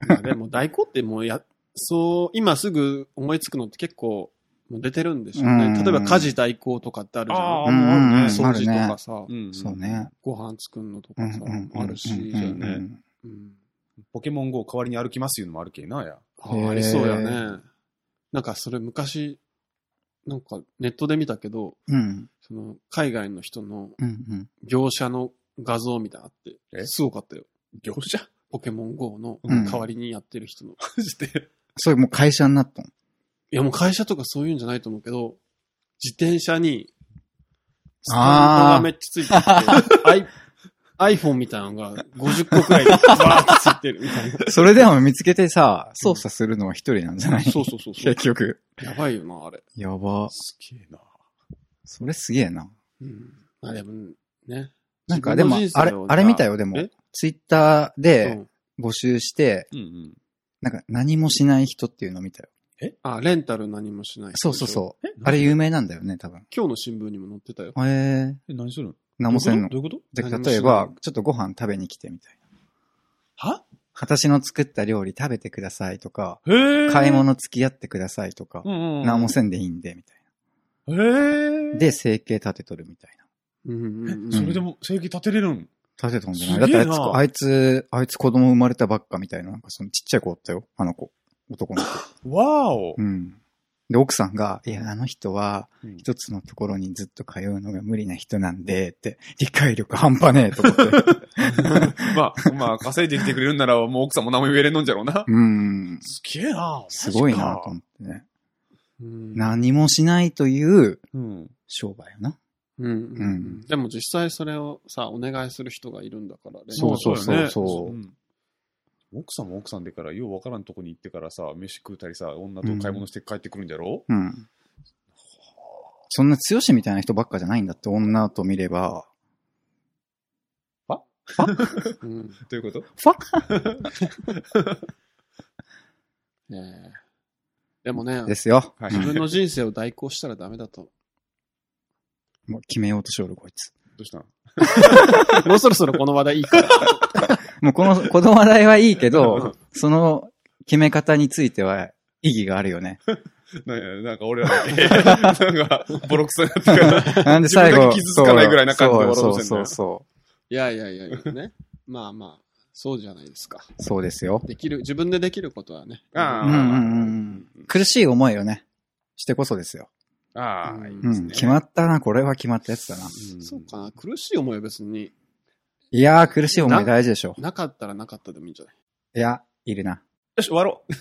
Speaker 4: まあでも代行ってもうや、そう、今すぐ思いつくのって結構もう出てるんでしょう
Speaker 3: うん
Speaker 4: ね。例えば家事代行とかってあるじゃ
Speaker 2: あ
Speaker 4: ん。
Speaker 2: あ、
Speaker 3: うん
Speaker 2: もうあるね。
Speaker 3: ん
Speaker 4: 掃除とかさ、
Speaker 2: うん
Speaker 3: そう。ね。
Speaker 4: ご飯作るのと
Speaker 3: う
Speaker 4: か
Speaker 3: ん
Speaker 4: さ
Speaker 3: う、ん。
Speaker 4: あるし、
Speaker 3: うんうんう
Speaker 2: ね
Speaker 3: ん
Speaker 4: うん
Speaker 2: ポケモン GO 代わりに歩きますいうのもあるけえなや。
Speaker 4: あ
Speaker 3: へー
Speaker 4: ーありそうやね。なんかそれ昔、なんかネットで見たけど、
Speaker 3: うん。
Speaker 4: その海外の人の
Speaker 3: うんうん。
Speaker 4: 業者の画像みたいなのあっ
Speaker 2: え
Speaker 4: て、すごかったよ。
Speaker 2: 業者
Speaker 4: ポケモン GO の
Speaker 3: うん
Speaker 4: 代わりにやってる人 の。い
Speaker 2: マジで。
Speaker 3: それもう会社になったん。
Speaker 4: やもう会社とかそういうんじゃないと思うけど、自転車に、スタ
Speaker 3: あー
Speaker 4: ンドがめっちゃついてて、アイ iPhone みたいなのが50個くらいバーってついてるみたいな。
Speaker 3: それでも見つけてさ、操作するのは一人なんじゃない
Speaker 4: そうそうそうそ う
Speaker 3: 結。局。
Speaker 4: やばいよな、あれ。
Speaker 3: やば。
Speaker 2: すげえな。
Speaker 3: それすげえな。
Speaker 4: うん。あれもね。
Speaker 3: なんかでも
Speaker 4: 自、分
Speaker 3: あ
Speaker 4: の人
Speaker 3: れ
Speaker 4: 生を、
Speaker 3: あれ見たよ、でも
Speaker 4: え。
Speaker 3: ツイッター
Speaker 4: じゃあう
Speaker 3: で
Speaker 4: ん
Speaker 3: 募集して、
Speaker 2: うんうん。
Speaker 3: なんか何もしない人っていうの見たよ。
Speaker 4: あ、レンタル何もしない。
Speaker 3: そうそうそう。
Speaker 2: え
Speaker 3: あれ有名なんだよね、多分。
Speaker 4: 今日の新聞にも載ってたよ。
Speaker 3: へえ。
Speaker 2: え何するの
Speaker 3: 何もせんの。
Speaker 2: どういうこと
Speaker 3: で、
Speaker 4: 何も
Speaker 3: 例え
Speaker 4: し
Speaker 3: ば
Speaker 4: な、
Speaker 3: ちょっとご飯食べに来てみたいな。
Speaker 2: は
Speaker 3: 私の作った料理食べてくださいとか、
Speaker 2: へえ。
Speaker 3: 買い。物付き合ってくださいとか
Speaker 2: う、んうんうん。
Speaker 3: 何もせんでいいんで、みたい
Speaker 2: へえ。
Speaker 3: な。、で、生計立てとるみたいな。
Speaker 4: うんうんうん
Speaker 2: それでも正義立てれるん
Speaker 3: 立てとんじゃ
Speaker 2: す
Speaker 3: ない
Speaker 2: げえ
Speaker 3: だっ
Speaker 2: な
Speaker 3: てあいつ、あいつ、あいつ子供生まれたばっかみたいな、なんかそのちっちゃい子おったよ、あの子。男の子。
Speaker 2: わーお
Speaker 3: う。ん。で、奥さんが、いや、あの人は、
Speaker 2: うん
Speaker 3: 一つのところにずっと通うのが無理な人なんで、って、理解力半端ねえと思 って。
Speaker 2: まあ、まあ、稼いできてくれるんなら、もう奥さんも何も言えれんのんじゃろうな。
Speaker 3: うん。
Speaker 2: すげえな
Speaker 3: すごいなと思ってね。
Speaker 4: うん
Speaker 3: 何もしないという
Speaker 2: うん。
Speaker 3: 商売よな。
Speaker 4: うんうんう
Speaker 3: うん
Speaker 4: でも実際それをさ、お願いする人がいるんだからね。
Speaker 3: そうそうそう
Speaker 2: だよね
Speaker 3: そう
Speaker 2: うん奥さんも奥さんでから、ようわからんとこに行ってからさ、飯食うたりさ、女と買い物して帰ってくるんじゃろ
Speaker 3: うん。そんな強しみたいな人ばっかじゃないんだって、女と見れば。
Speaker 4: うん。
Speaker 2: ということ
Speaker 3: ファ
Speaker 4: ねえでもね、
Speaker 3: ですよ。
Speaker 2: はい
Speaker 3: うん
Speaker 4: 自分の人生を代行したらダメだと。
Speaker 3: もう決めようとしよる、こいつ。
Speaker 2: どうしたん
Speaker 4: もうそろそろこの話題いいから。
Speaker 3: もう この、この話題はいいけど、その決め方については意義がある よね。
Speaker 2: なんやなんか俺らだけ、なんか、ボロクソになってから。
Speaker 3: なんで最
Speaker 2: 自分だ
Speaker 3: 後、
Speaker 2: け傷つかないぐらいな感じで終わろ
Speaker 3: そうう
Speaker 2: と
Speaker 3: そう
Speaker 2: してんだよ
Speaker 3: そうそう。
Speaker 4: いやいやいやいやね。まあまあ、そうじゃないですか。
Speaker 3: そうですよ。
Speaker 4: できる、自分でできることはね。
Speaker 2: あ
Speaker 3: うんうんうん苦しい思いをね、してこそですよ。
Speaker 2: ああ、いいで
Speaker 3: う
Speaker 2: す
Speaker 3: ん。
Speaker 2: ね。
Speaker 3: 決まったな、これは決まったやつだな。
Speaker 2: うん
Speaker 4: そうかな。苦しい思いは別に、
Speaker 3: いやー、苦しい思い大事でしょ。
Speaker 4: なかったらなかったでもいいんじゃ
Speaker 3: いや、いるな。
Speaker 2: よし、終わろう。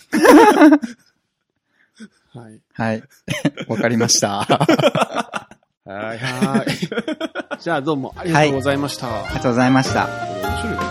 Speaker 4: ないはい。
Speaker 3: はい。わかりました。 あ
Speaker 2: はい。
Speaker 4: はい。じゃあどうもありがとうございました。
Speaker 3: りがとうございました。
Speaker 2: 面白いね。